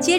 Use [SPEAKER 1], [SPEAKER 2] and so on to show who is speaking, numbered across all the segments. [SPEAKER 1] 接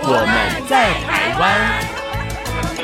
[SPEAKER 2] 我们在台湾。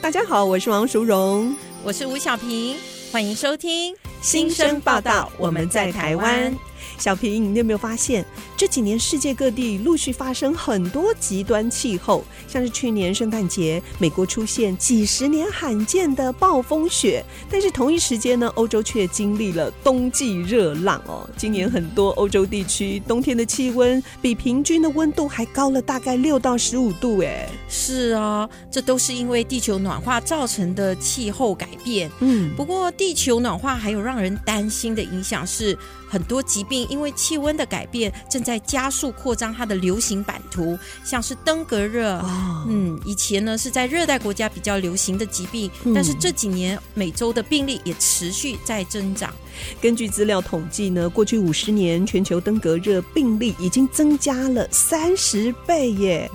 [SPEAKER 3] 大家好，我是王淑荣。
[SPEAKER 4] 我是吴小平，欢迎收听《
[SPEAKER 3] 新生报道，我们在台湾。小平，你有没有发现这几年世界各地陆续发生很多极端气候？像是去年圣诞节，美国出现几十年罕见的暴风雪，但是同一时间呢，欧洲却经历了冬季热浪哦。今年很多欧洲地区冬天的气温比平均的温度还高了大概六到十五度，哎，
[SPEAKER 4] 是啊，这都是因为地球暖化造成的气候改变。
[SPEAKER 3] 嗯，
[SPEAKER 4] 不过，地球暖化还有让人担心的影响是，很多疾病因为气温的改变，正在加速扩张它的流行版图，像是登革热。
[SPEAKER 3] 哦，
[SPEAKER 4] 嗯，以前呢是在热带国家比较流行的疾病，
[SPEAKER 3] 嗯
[SPEAKER 4] 但是这几年美洲的病例也持续在增长。
[SPEAKER 3] 根据资料统计呢，过去五十年全球登革热病例已经增加了三十倍耶。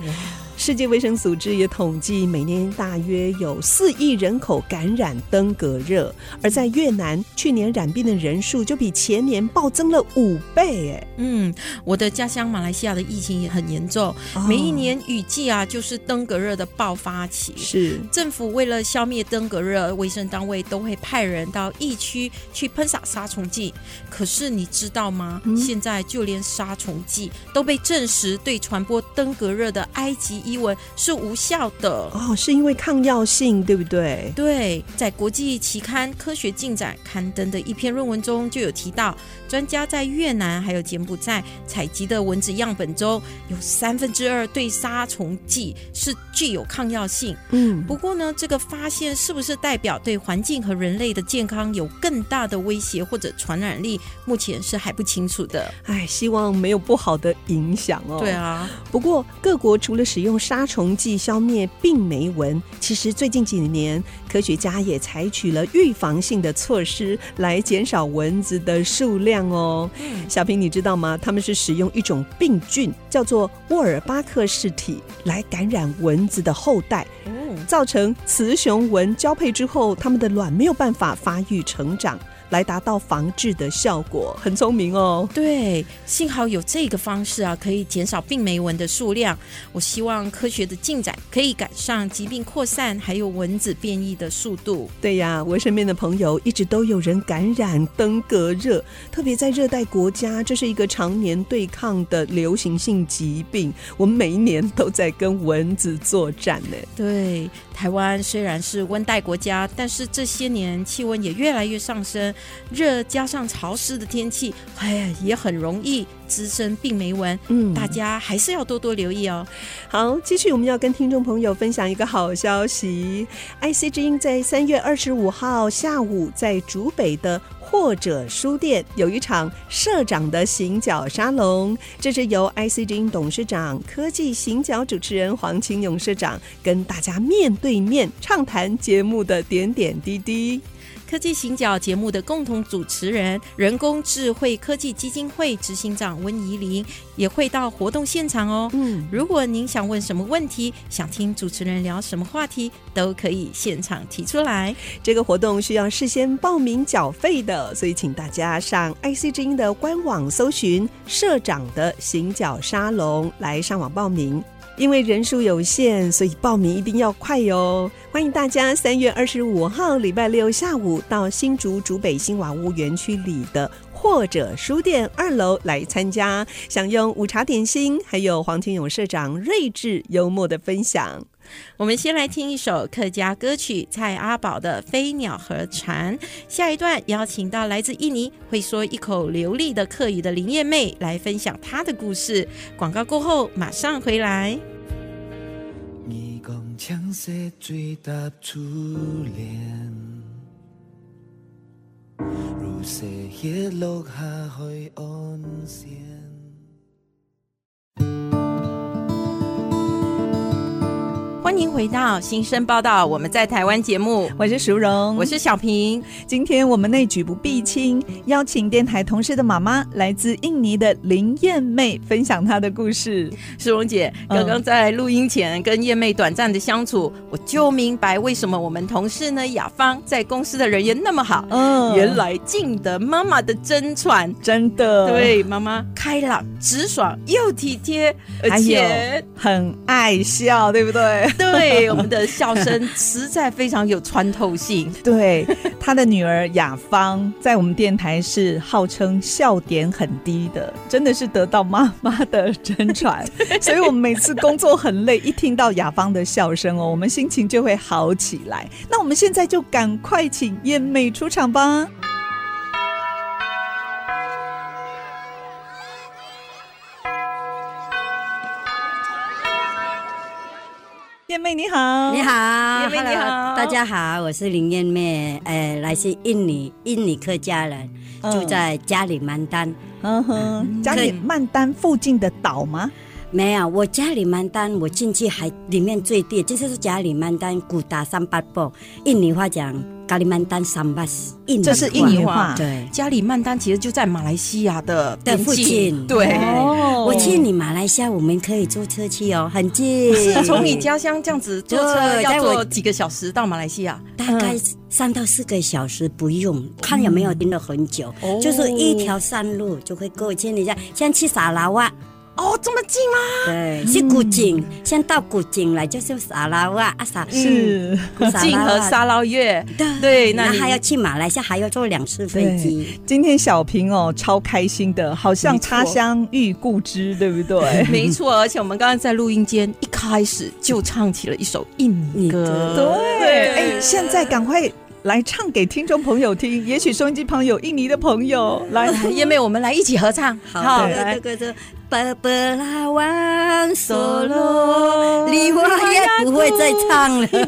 [SPEAKER 3] 世界卫生组织也统计，每年大约有四亿人口感染登革热，而在越南，去年染病的人数就比前年暴增了五倍耶。
[SPEAKER 4] 嗯，我的家乡马来西亚的疫情也很严重，
[SPEAKER 3] 哦
[SPEAKER 4] 每一年雨季啊，就是登革热的爆发期。
[SPEAKER 3] 是
[SPEAKER 4] 政府为了消灭登革热，卫生单位都会派人到疫区去喷洒杀虫剂。可是你知道吗？
[SPEAKER 3] 嗯
[SPEAKER 4] 现在就连杀虫剂都被证实对传播登革热的埃及伊蚊是无效的。
[SPEAKER 3] 哦，是因为抗药性，对不对？
[SPEAKER 4] 对，在国际期刊《科学进展》刊登的一篇论文中就有提到，专家在越南还有柬埔寨采集的蚊子样本中，有三分之二对杀虫剂是具有抗药性。
[SPEAKER 3] 嗯
[SPEAKER 4] 不过呢，这个发现是不是代表对环境和人类的健康有更大的威胁或者传染力，目前是还不清楚的。
[SPEAKER 3] 哎，希望没有不好的影响哦。
[SPEAKER 4] 对啊，
[SPEAKER 3] 不过，各国除了使用杀虫剂消灭病媒蚊，其实最近几年，科学家也采取了预防性的措施来减少蚊子的数量哦。小平，你知道吗？他们是使用一种病菌叫做沃尔巴克氏体来感染蚊子的后代，
[SPEAKER 4] 哦，
[SPEAKER 3] 造成雌雄蚊交配之后，它们的卵没有办法发育成长，来达到防治的效果。很聪明哦。
[SPEAKER 4] 对，幸好有这个方式啊，可以减少病媒蚊的数量。我希望科学的进展可以赶上疾病扩散，还有蚊子变异的速度。
[SPEAKER 3] 对呀，我身边的朋友一直都有人感染登革热，特别在热带国家，这是一个常年对抗的流行性疾病。我们每一年都在跟蚊子作战呢。
[SPEAKER 4] 对，台湾虽然是温带国家，但是这些年气温也越来越上升，热加上潮湿的天气，哎呀，也很容易滋生病媒蚊。
[SPEAKER 3] 嗯
[SPEAKER 4] 大家还是要多多留意哦。
[SPEAKER 3] 好，继续我们要跟听众朋友分享一个好消息，IC 之音在三月二十五号下午在竹北的。或者书店有一场社长的行脚沙龙，这是由 IC 之音董事长、科技行脚主持人黄清勇社长跟大家面对面畅谈节目的点点滴滴。
[SPEAKER 4] 科技行脚节目的共同主持人、人工智慧科技基金会执行长温怡玲也会到活动现场哦。
[SPEAKER 3] 嗯，
[SPEAKER 4] 如果您想问什么问题，想听主持人聊什么话题，都可以现场提出来。
[SPEAKER 3] 这个活动需要事先报名缴费的，所以请大家上 IC 之音的官网搜寻“社长的行脚沙龙”来上网报名。因为人数有限，所以报名一定要快哟！欢迎大家三月二十五号礼拜六下午到新竹竹北新瓦屋园区里的或者书店二楼来参加，享用午茶点心，还有黄清勇社长睿智幽默的分享。
[SPEAKER 4] 我们先来听一首客家歌曲蔡阿宝的《飞鸟和蝉》，下一段邀请到来自印尼会说一口流利的客语的林叶妹来分享她的故事。广告过后马上回来。
[SPEAKER 5] 义共青色追踏初恋，蛇亦落下去安善。
[SPEAKER 4] 欢迎回到新生报道，我们在台湾节目，
[SPEAKER 3] 我是淑荣，
[SPEAKER 4] 我是小平。
[SPEAKER 3] 今天我们内举不避亲，邀请电台同事的妈妈，来自印尼的林燕妹，分享她的故事。
[SPEAKER 4] 世荣姐，
[SPEAKER 3] 嗯
[SPEAKER 4] 刚刚在录音前跟叶妹短暂的相处，我就明白为什么我们同事呢雅芳在公司的人缘那么好，
[SPEAKER 3] 嗯
[SPEAKER 4] 原来尽得妈妈的真传。
[SPEAKER 3] 真的，
[SPEAKER 4] 对，妈妈开朗、直爽又体贴，而
[SPEAKER 3] 还
[SPEAKER 4] 且
[SPEAKER 3] 有很爱笑，对不对？
[SPEAKER 4] 对我们的笑声实在非常有穿透 性。
[SPEAKER 3] 对，他的女儿雅芳在我们电台是号称笑点很低的，真的是得到妈妈的真传。所以我们每次工作很累，一听到雅芳的笑声哦，我们心情就会好起来。那我们现在就赶快请燕妹出场吧。燕妹你好，
[SPEAKER 6] 你好，
[SPEAKER 4] 燕妹你
[SPEAKER 6] hello，
[SPEAKER 4] 好
[SPEAKER 6] 大家好，我是林燕妹，呃，来自印尼，印尼客家人，
[SPEAKER 3] 嗯
[SPEAKER 6] 住在加里曼丹。
[SPEAKER 3] 嗯哼，家里
[SPEAKER 6] 可以
[SPEAKER 3] 曼丹附近的岛吗？
[SPEAKER 6] 没有，我加里曼丹，我进去还里面最低，这就是加里曼丹古达三八波，印尼话讲加里曼丹三八斯，印尼
[SPEAKER 3] 这是印尼
[SPEAKER 4] 话
[SPEAKER 3] 话。
[SPEAKER 6] 对。
[SPEAKER 4] 加里曼丹其实就在马来西亚的
[SPEAKER 6] 的
[SPEAKER 4] 边
[SPEAKER 6] 附
[SPEAKER 4] 境
[SPEAKER 6] 近
[SPEAKER 4] 对。
[SPEAKER 3] 哦
[SPEAKER 6] 我去你马来西亚，我们可以坐车去哦，很近。
[SPEAKER 4] 是从你家乡这样子坐车
[SPEAKER 6] 对
[SPEAKER 4] 要
[SPEAKER 6] 在我
[SPEAKER 4] 坐几个小时到马来西亚，
[SPEAKER 6] 大概
[SPEAKER 4] 嗯
[SPEAKER 6] 三到四个小时不用，看有没有停了很久，
[SPEAKER 4] 哦
[SPEAKER 6] 就是一条山路就会过去。你像像去撒拉哇，
[SPEAKER 4] 哦这么近吗？
[SPEAKER 6] 对，是古井，先到古井来就是撒拉哇啊撒
[SPEAKER 3] 是
[SPEAKER 6] 古撒
[SPEAKER 4] 哦近
[SPEAKER 6] 拉
[SPEAKER 4] 嗯和
[SPEAKER 6] 哇
[SPEAKER 4] 沙捞越，
[SPEAKER 6] 对
[SPEAKER 4] 对那
[SPEAKER 6] 然
[SPEAKER 4] 你
[SPEAKER 6] 后还要去马来西亚，还要坐两次飞机。
[SPEAKER 3] 今天小平哦，超开心的，好像
[SPEAKER 4] 没错？
[SPEAKER 3] 他乡遇故知，对不对
[SPEAKER 4] 没错。而且我们刚刚在录音间一开始就唱起了一首印尼歌，
[SPEAKER 3] 对，哎，现在赶快来唱给听众朋友听，也许收音机旁有印尼的朋友来。
[SPEAKER 4] 来 燕妹，我们来一起合唱，
[SPEAKER 6] 好，
[SPEAKER 3] 对
[SPEAKER 6] 这个这巴巴拉湾 solo，你我也不会再唱了，因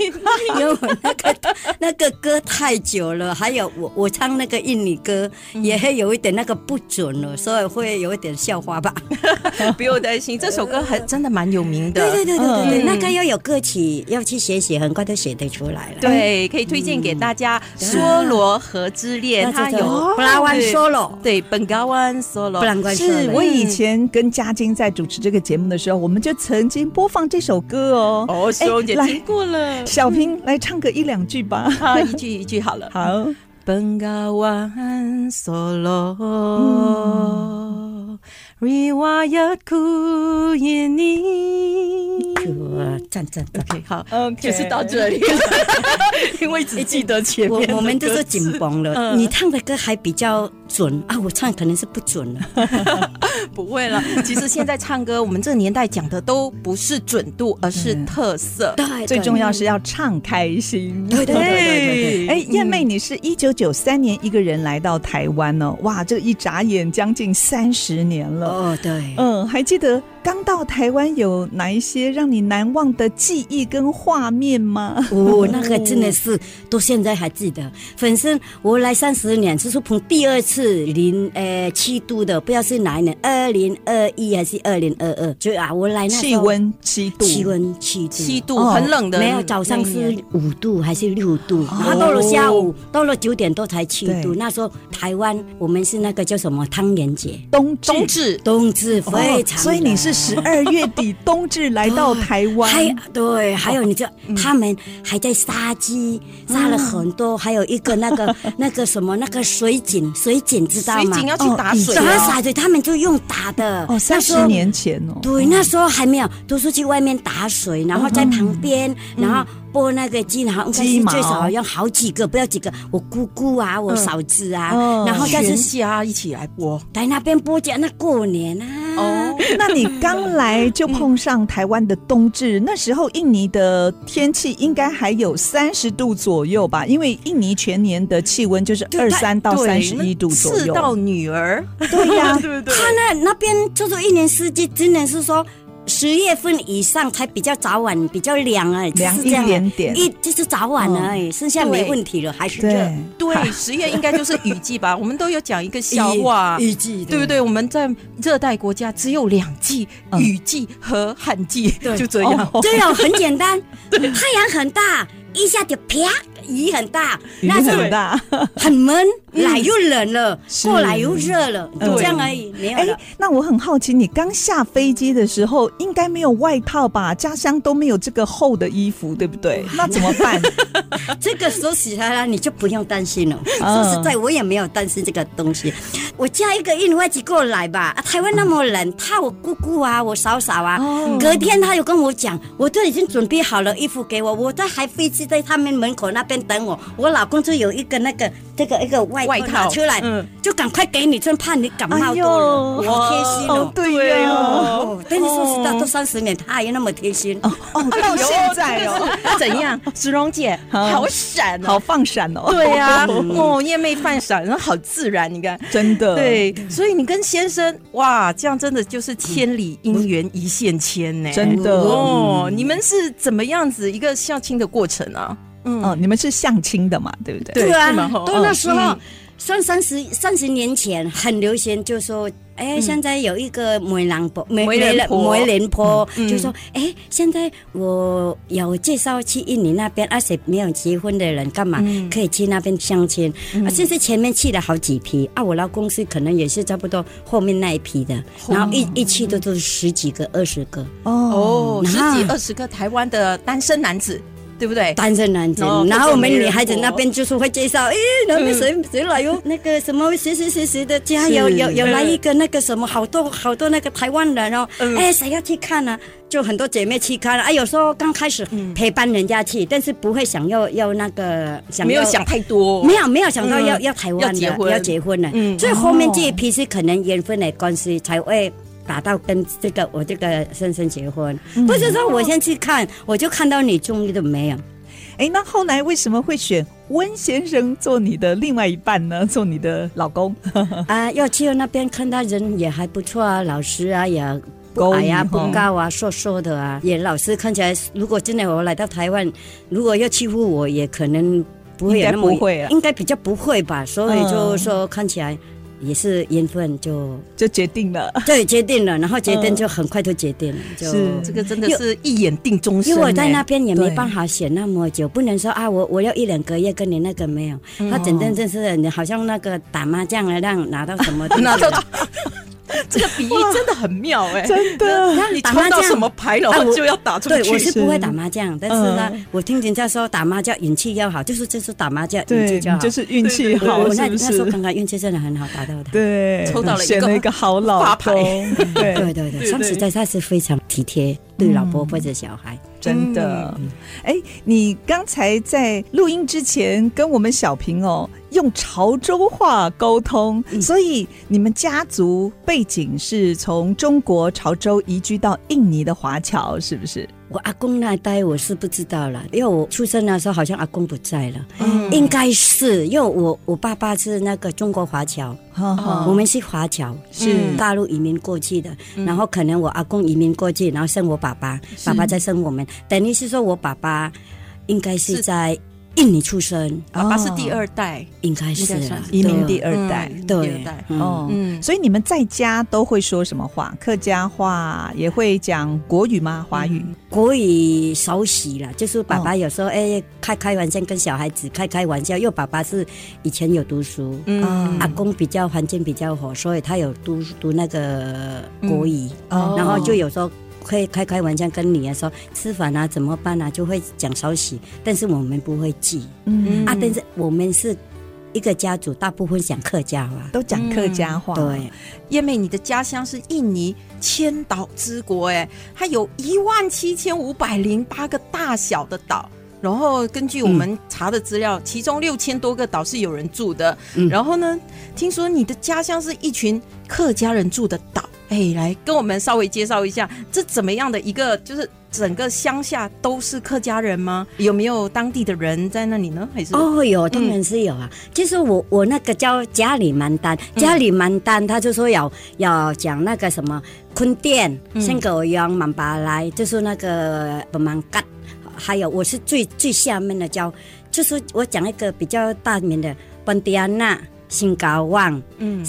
[SPEAKER 6] 为我那个那个歌太久了。还有我我唱那个印尼歌也会有一点那个不准了，所以会有一点笑话吧。
[SPEAKER 4] 不用担心，这首歌还真的蛮有名
[SPEAKER 6] 对对
[SPEAKER 4] 的。
[SPEAKER 6] 对对对对，
[SPEAKER 4] 嗯
[SPEAKER 6] 那个要有歌曲，要去写写，很快都写得出来了。
[SPEAKER 4] 对，可以推荐给大家《梭罗河之恋
[SPEAKER 6] 那》，
[SPEAKER 4] 它
[SPEAKER 6] 这
[SPEAKER 4] 有
[SPEAKER 6] 种布拉哦湾 solo，
[SPEAKER 4] 对本高湾 solo，
[SPEAKER 6] 布拉湾 solo，
[SPEAKER 3] 是我以前跟嘉晶在主持这个节目的时候，我们就曾经播放这首歌哦。
[SPEAKER 4] 哦，石荣姐
[SPEAKER 6] 嗯
[SPEAKER 3] 哎来
[SPEAKER 4] 听过了，
[SPEAKER 3] 小平来唱个一两句吧。
[SPEAKER 4] 啊，一句一句好了。
[SPEAKER 3] 好，
[SPEAKER 4] Bengawan Solo 嗯 Riwayatku ini
[SPEAKER 6] 呃，赞赞赞。
[SPEAKER 4] OK 好
[SPEAKER 3] OK，
[SPEAKER 4] 就是到这 里，因为只记得前
[SPEAKER 6] 我
[SPEAKER 4] 面
[SPEAKER 6] 我们就
[SPEAKER 4] 的歌
[SPEAKER 6] 是紧绷了，
[SPEAKER 4] 嗯
[SPEAKER 6] 你唱的歌还比较准啊，我唱可能是不准了。
[SPEAKER 4] 不会了。其实现在唱歌，我们这个年代讲的都不是准度，而是特色。
[SPEAKER 6] 对，
[SPEAKER 3] 最重
[SPEAKER 6] 要
[SPEAKER 3] 要是要唱开心。
[SPEAKER 6] 对对对对对
[SPEAKER 3] 哎，燕妹，你是一九九三年一个人来到台湾哦，哇，这一眨眼将近三十年
[SPEAKER 6] 对，
[SPEAKER 3] 了。
[SPEAKER 6] 哦对，
[SPEAKER 3] 嗯，还记得刚到台湾有哪一些让你难忘的记忆跟画面吗？
[SPEAKER 6] 哦那个真的是到现在还记得。反正我来三十年，就是从第二次零呃七度的，不知道是哪一年，二零二一还是二零二二，就啊我来那时候
[SPEAKER 3] 气温七度，
[SPEAKER 6] 气温七度
[SPEAKER 4] 七度
[SPEAKER 3] 哦
[SPEAKER 4] 很冷的，
[SPEAKER 6] 没有，早上
[SPEAKER 4] 那一
[SPEAKER 6] 是
[SPEAKER 4] 年
[SPEAKER 6] 五度还是六度，然后到了下午，到了九点多才七度。
[SPEAKER 3] 哦对
[SPEAKER 6] 那时候台湾我们是那个叫什么汤圆节，
[SPEAKER 3] 冬至
[SPEAKER 4] 嗯冬至
[SPEAKER 6] 冬至
[SPEAKER 3] 哦
[SPEAKER 6] 非常冷、
[SPEAKER 3] 所以你是十二月底冬至来到台 湾，哦嗯
[SPEAKER 6] 还对，还有你就、他们还在杀鸡，杀了很
[SPEAKER 3] 嗯
[SPEAKER 6] 多，还有一个那 个那个什么那个水井，水井知道
[SPEAKER 4] 水
[SPEAKER 6] 吗
[SPEAKER 4] 井？要去打水
[SPEAKER 6] 打
[SPEAKER 4] 啊，
[SPEAKER 6] 洒水，他们就用打的。
[SPEAKER 3] 哦，三
[SPEAKER 6] 那时
[SPEAKER 3] 十
[SPEAKER 6] 候
[SPEAKER 3] 年前哦，
[SPEAKER 6] 对，那时候还没有，都是去外面打水，然后在旁边，然后剥那个鸡，然后应该
[SPEAKER 3] 嗯鸡
[SPEAKER 6] 是
[SPEAKER 3] 毛
[SPEAKER 6] 最少要好几个，不要几个，我姑姑啊，我嫂子啊，
[SPEAKER 3] 嗯
[SPEAKER 6] 然后但
[SPEAKER 4] 全
[SPEAKER 6] 是
[SPEAKER 4] 家一起来播
[SPEAKER 6] 在那边剥茧，那过年啊，
[SPEAKER 4] 哦。
[SPEAKER 3] 那你刚来就碰上台湾的冬至，嗯那时候印尼的天气应该还有三十度左右吧？因为印尼全年的气温就是
[SPEAKER 4] 对
[SPEAKER 3] 二三到
[SPEAKER 4] 对
[SPEAKER 3] 三十一度
[SPEAKER 4] 那
[SPEAKER 3] 左
[SPEAKER 4] 刺
[SPEAKER 3] 右。
[SPEAKER 4] 到女儿，
[SPEAKER 7] 啊
[SPEAKER 3] 对呀、啊
[SPEAKER 6] 啊
[SPEAKER 4] 对不对
[SPEAKER 6] 他那那边就是一年四季，真的是说十月份以上才比较早晚比较凉啊，
[SPEAKER 7] 凉
[SPEAKER 6] 就是
[SPEAKER 7] 一
[SPEAKER 6] 这样
[SPEAKER 7] 点点哦
[SPEAKER 6] 一就是早晚而已，剩下没问题了，还是热
[SPEAKER 7] 对。
[SPEAKER 4] 对，十月应该就是雨季吧？ 我们都有讲一个笑话，
[SPEAKER 6] 雨季
[SPEAKER 4] 对不？对？我们在热带国家只有两季，
[SPEAKER 7] 嗯
[SPEAKER 4] 雨季和旱季，
[SPEAKER 6] 对哦
[SPEAKER 4] 就这样。
[SPEAKER 6] 这样很简单，太阳很大，一下就啪，雨很大，
[SPEAKER 7] 雨
[SPEAKER 6] 那
[SPEAKER 7] 很
[SPEAKER 6] 是
[SPEAKER 7] 大。嗯
[SPEAKER 6] 很闷，来又冷了，
[SPEAKER 7] 是
[SPEAKER 6] 过来又热了，
[SPEAKER 7] 嗯
[SPEAKER 6] 就这样而已，没有
[SPEAKER 7] 哎
[SPEAKER 6] 了。，
[SPEAKER 7] 那我很好奇，你刚下飞机的时候应该没有外套吧？家乡都没有这个厚的衣服，对不对？那怎么办？
[SPEAKER 6] 啊这个时候起来了，你就不用担 心了。
[SPEAKER 7] 嗯
[SPEAKER 6] 说实在，我也没有担心这个东西。我叫一个印外籍过来吧，啊，台湾那么冷，他我姑姑啊，我嫂嫂啊，
[SPEAKER 7] 哦
[SPEAKER 6] 隔天他有跟我讲，我都已经准备好了衣服给我，我在还飞机在他们门口那边等我，我老公就有一个那个这个一个外
[SPEAKER 4] 外
[SPEAKER 6] 套拿
[SPEAKER 4] 套
[SPEAKER 6] 出来，
[SPEAKER 4] 嗯
[SPEAKER 6] 就赶快给你，真怕你感冒
[SPEAKER 7] 哦哎呦
[SPEAKER 6] 多了，好贴心
[SPEAKER 7] 哦
[SPEAKER 6] 哦，。
[SPEAKER 7] 对呀、哦，
[SPEAKER 6] 哦，但你说实在，都三十年，他还那么贴心，
[SPEAKER 7] 哦，到现在哦，
[SPEAKER 4] 怎 样，子荣姐
[SPEAKER 7] 好
[SPEAKER 4] 好闪
[SPEAKER 7] 好
[SPEAKER 6] 啊
[SPEAKER 4] 哦！
[SPEAKER 7] 放闪哦，
[SPEAKER 4] 对 呀、哦，夜妹放闪，然后好自然，你看。
[SPEAKER 7] 真的，
[SPEAKER 4] 对，所以你跟先生哇，这样真的就是千里姻缘一线牵呢、
[SPEAKER 7] 真的
[SPEAKER 4] 哦，你们是怎么样子一个相亲的过程啊？
[SPEAKER 7] 哦，你们是相亲的嘛，对不对？
[SPEAKER 4] 对
[SPEAKER 6] 啊
[SPEAKER 4] 是吗哦，
[SPEAKER 6] 都那时候
[SPEAKER 4] 嗯，
[SPEAKER 6] 算三十三十年前很流行，就说。哎，现在有一个梅兰婆，梅
[SPEAKER 4] 梅兰嗯婆
[SPEAKER 6] 梅兰婆，
[SPEAKER 4] 嗯
[SPEAKER 6] 就说哎，现在我有介绍去印尼那边，而且没有结婚的人干嘛
[SPEAKER 4] 嗯
[SPEAKER 6] 可以去那边相亲？啊，甚至前面去了好几批啊，我老公是可能也是差不多后面那一批的，然后一一去的都是十几个、二十个
[SPEAKER 4] 哦，十
[SPEAKER 6] 那
[SPEAKER 4] 几二十个台湾的单身男子，对不对？
[SPEAKER 6] 单身男子
[SPEAKER 4] 哦，
[SPEAKER 6] 然后我
[SPEAKER 4] 各
[SPEAKER 6] 们
[SPEAKER 4] 种媒人
[SPEAKER 6] 女孩子那边就是会介绍，哎，那
[SPEAKER 4] 嗯
[SPEAKER 6] 边谁谁来 哟？那个什么谁谁谁谁的家有有有来一个那个什么，好多好多那个台湾人哦，
[SPEAKER 4] 嗯
[SPEAKER 6] 哎，谁要去看呢？就很多姐妹去看了，啊，有时候刚开始
[SPEAKER 4] 嗯
[SPEAKER 6] 陪伴人家去，但是不会想要要那个想
[SPEAKER 4] 没有
[SPEAKER 6] 要
[SPEAKER 4] 想太多，
[SPEAKER 6] 没有没有想到
[SPEAKER 4] 嗯
[SPEAKER 6] 要、要台湾的
[SPEAKER 4] 要结婚
[SPEAKER 6] 要结婚了，
[SPEAKER 4] 嗯
[SPEAKER 6] 所以后面这一批是可能缘分的关系才会。打到跟这个我这个先生结婚，
[SPEAKER 4] 嗯
[SPEAKER 6] 不是说我先去看，我就看到你中意的没有？
[SPEAKER 7] 哎，那后来为什么会选温先生做你的另外一半呢？做你的老公？
[SPEAKER 6] 啊，要去那边看他人也还不错啊，老师啊也不矮呀、
[SPEAKER 7] 高一
[SPEAKER 6] 不
[SPEAKER 7] 哈
[SPEAKER 6] 高啊，瘦瘦的啊，也老师看起来，如果真的我来到台湾，如果要欺负我，也可能不会有那么
[SPEAKER 7] 应该不会啊
[SPEAKER 6] 应该比较不会吧，所以
[SPEAKER 7] 嗯
[SPEAKER 6] 就说看起来。也是缘分就
[SPEAKER 7] 就决定了，
[SPEAKER 6] 对决定了，然后决定
[SPEAKER 7] 嗯
[SPEAKER 6] 就很快就决定了，就是
[SPEAKER 4] 这个真的是一眼定终身、
[SPEAKER 6] 因为我在
[SPEAKER 4] 哎
[SPEAKER 6] 那边也没
[SPEAKER 7] 对
[SPEAKER 6] 办法选那么久，不能说啊，我我要一两个月跟你那个没有，他整天就是你好像那个打麻将啊，让拿到什么
[SPEAKER 4] 拿到
[SPEAKER 6] 东西
[SPEAKER 4] 这个比喻真的很妙哎、
[SPEAKER 7] 真的。
[SPEAKER 4] 你
[SPEAKER 6] 打
[SPEAKER 4] 抽
[SPEAKER 6] 麻
[SPEAKER 4] 到
[SPEAKER 6] 将
[SPEAKER 4] 什么牌，然
[SPEAKER 6] 啊
[SPEAKER 4] 后
[SPEAKER 6] 我
[SPEAKER 4] 就要打出去。
[SPEAKER 6] 对，我是不会打麻将，但是呢，
[SPEAKER 7] 嗯
[SPEAKER 6] 我听人家说打麻将运气要好，就是就是打麻将运
[SPEAKER 7] 对，
[SPEAKER 6] 气就好。
[SPEAKER 7] 你就是运气
[SPEAKER 6] 我
[SPEAKER 7] 好，
[SPEAKER 6] 我
[SPEAKER 7] 是
[SPEAKER 6] 那
[SPEAKER 7] 不
[SPEAKER 6] 那时候
[SPEAKER 7] 是？
[SPEAKER 6] 刚刚运气真的很好，打到他。
[SPEAKER 7] 对，
[SPEAKER 4] 抽到了一个
[SPEAKER 7] 选了一个好老
[SPEAKER 4] 发牌
[SPEAKER 7] 公，对，
[SPEAKER 6] 对对对，上次在他是非常体贴，对老婆或者小孩。
[SPEAKER 7] 真的。
[SPEAKER 4] 嗯
[SPEAKER 7] 哎、你刚才在录音之前跟我们小平哦用潮州话沟通，
[SPEAKER 4] 嗯
[SPEAKER 7] 所以你们家族背景是从中国潮州移居到印尼的华侨，是不是？
[SPEAKER 6] 我阿公那一代我是不知道了，因为我出生的时候好像阿公不在了，
[SPEAKER 7] 嗯
[SPEAKER 6] 应该是因为我我爸爸是那个中国华侨，
[SPEAKER 7] 哈哈
[SPEAKER 6] 我们是华侨，
[SPEAKER 7] 是嗯
[SPEAKER 6] 大陆移民过去的，然后可能我阿公移民过去，然后生我爸爸，爸爸再生我们，等于是说我爸爸应该是
[SPEAKER 4] 是
[SPEAKER 6] 在印尼出生，
[SPEAKER 7] 哦
[SPEAKER 4] 爸爸是第二代，
[SPEAKER 6] 应该
[SPEAKER 4] 应
[SPEAKER 6] 是
[SPEAKER 4] 该
[SPEAKER 6] 啦
[SPEAKER 4] 算是
[SPEAKER 7] 移民
[SPEAKER 6] 对
[SPEAKER 7] 第二代。
[SPEAKER 4] 嗯第二
[SPEAKER 6] 对
[SPEAKER 4] 代，。
[SPEAKER 6] 嗯
[SPEAKER 7] 哦，
[SPEAKER 4] 嗯
[SPEAKER 7] 所以你们在家都会说什么话？客家话也会讲国语吗？华语？
[SPEAKER 6] 国语熟悉了，就是爸
[SPEAKER 7] 哦
[SPEAKER 6] 爸有时候哎、开开玩笑，跟小孩子开开玩笑，因为爸爸是以前有读书，
[SPEAKER 4] 嗯
[SPEAKER 6] 阿公比较环境比较好，所以他有读读那个国语，
[SPEAKER 7] 哦
[SPEAKER 6] 然后就有时候。可以开开玩笑跟你啊说吃饭啊怎么办啊就会讲熟悉，但是我们不会记、
[SPEAKER 7] 嗯，
[SPEAKER 6] 啊。但是我们是一个家族，大部分讲客家话。
[SPEAKER 7] 都讲
[SPEAKER 4] 嗯
[SPEAKER 7] 客家话。
[SPEAKER 6] 对，
[SPEAKER 4] 燕妹，你的家乡是印尼千岛之国，哎，它有一万七千五百零八个大小的岛。然后根据我
[SPEAKER 6] 嗯
[SPEAKER 4] 们查的资料，其中六千多个岛是有人住的。
[SPEAKER 6] 嗯
[SPEAKER 4] 然后呢，听说你的家乡是一群客家人住的岛，哎，来跟我们稍微介绍一下，这怎么样的一个就是整个乡下都是客家人吗？有没有当地的人在那里呢？还是
[SPEAKER 6] 哦，有，当然是有啊。就是我我那个叫家里蛮单，家里蛮单，他就说要要讲那个什么坤甸、圣狗羊、满巴来，就是那个满干，还有我是最最下面的叫，就是我讲一个比较大名的本迪安娜、新高旺、
[SPEAKER 4] 嗯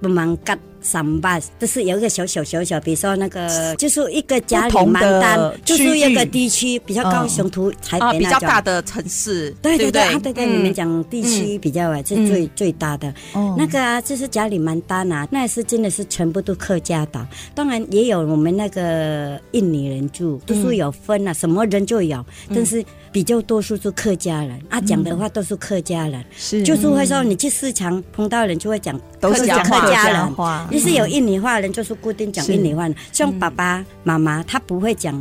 [SPEAKER 6] 不满干。三巴就是有一个小小小小，比如说那个，就是一个家
[SPEAKER 7] 不
[SPEAKER 6] 里
[SPEAKER 7] 同的
[SPEAKER 6] 蛮单，就是一个
[SPEAKER 7] 区域
[SPEAKER 6] 地区比较高
[SPEAKER 7] 嗯
[SPEAKER 6] 雄土台
[SPEAKER 4] 啊
[SPEAKER 6] 北
[SPEAKER 4] 比
[SPEAKER 6] 那
[SPEAKER 4] 较
[SPEAKER 6] 种，
[SPEAKER 4] 大的城市，
[SPEAKER 6] 对
[SPEAKER 4] 对
[SPEAKER 6] 对
[SPEAKER 4] 不
[SPEAKER 6] 对啊对对，你们
[SPEAKER 4] 嗯
[SPEAKER 6] 讲地区比较啊，是
[SPEAKER 4] 嗯
[SPEAKER 6] 最最大的。
[SPEAKER 7] 哦
[SPEAKER 6] 那个啊，就是家里蛮大啊，那是真的是全部都客家岛，当然也有我们那个印尼人住，都是有分啊，什么人就有，但是比较多数是客家人啊，讲的话都是客家人，
[SPEAKER 7] 是
[SPEAKER 6] 就是会说你去市场碰到人就会讲
[SPEAKER 7] 都是讲
[SPEAKER 6] 客家
[SPEAKER 7] 人
[SPEAKER 6] 人。
[SPEAKER 7] 话，
[SPEAKER 6] 就是有印尼话人，就是固定讲
[SPEAKER 7] 是
[SPEAKER 6] 印尼话。像爸爸妈妈，他不会讲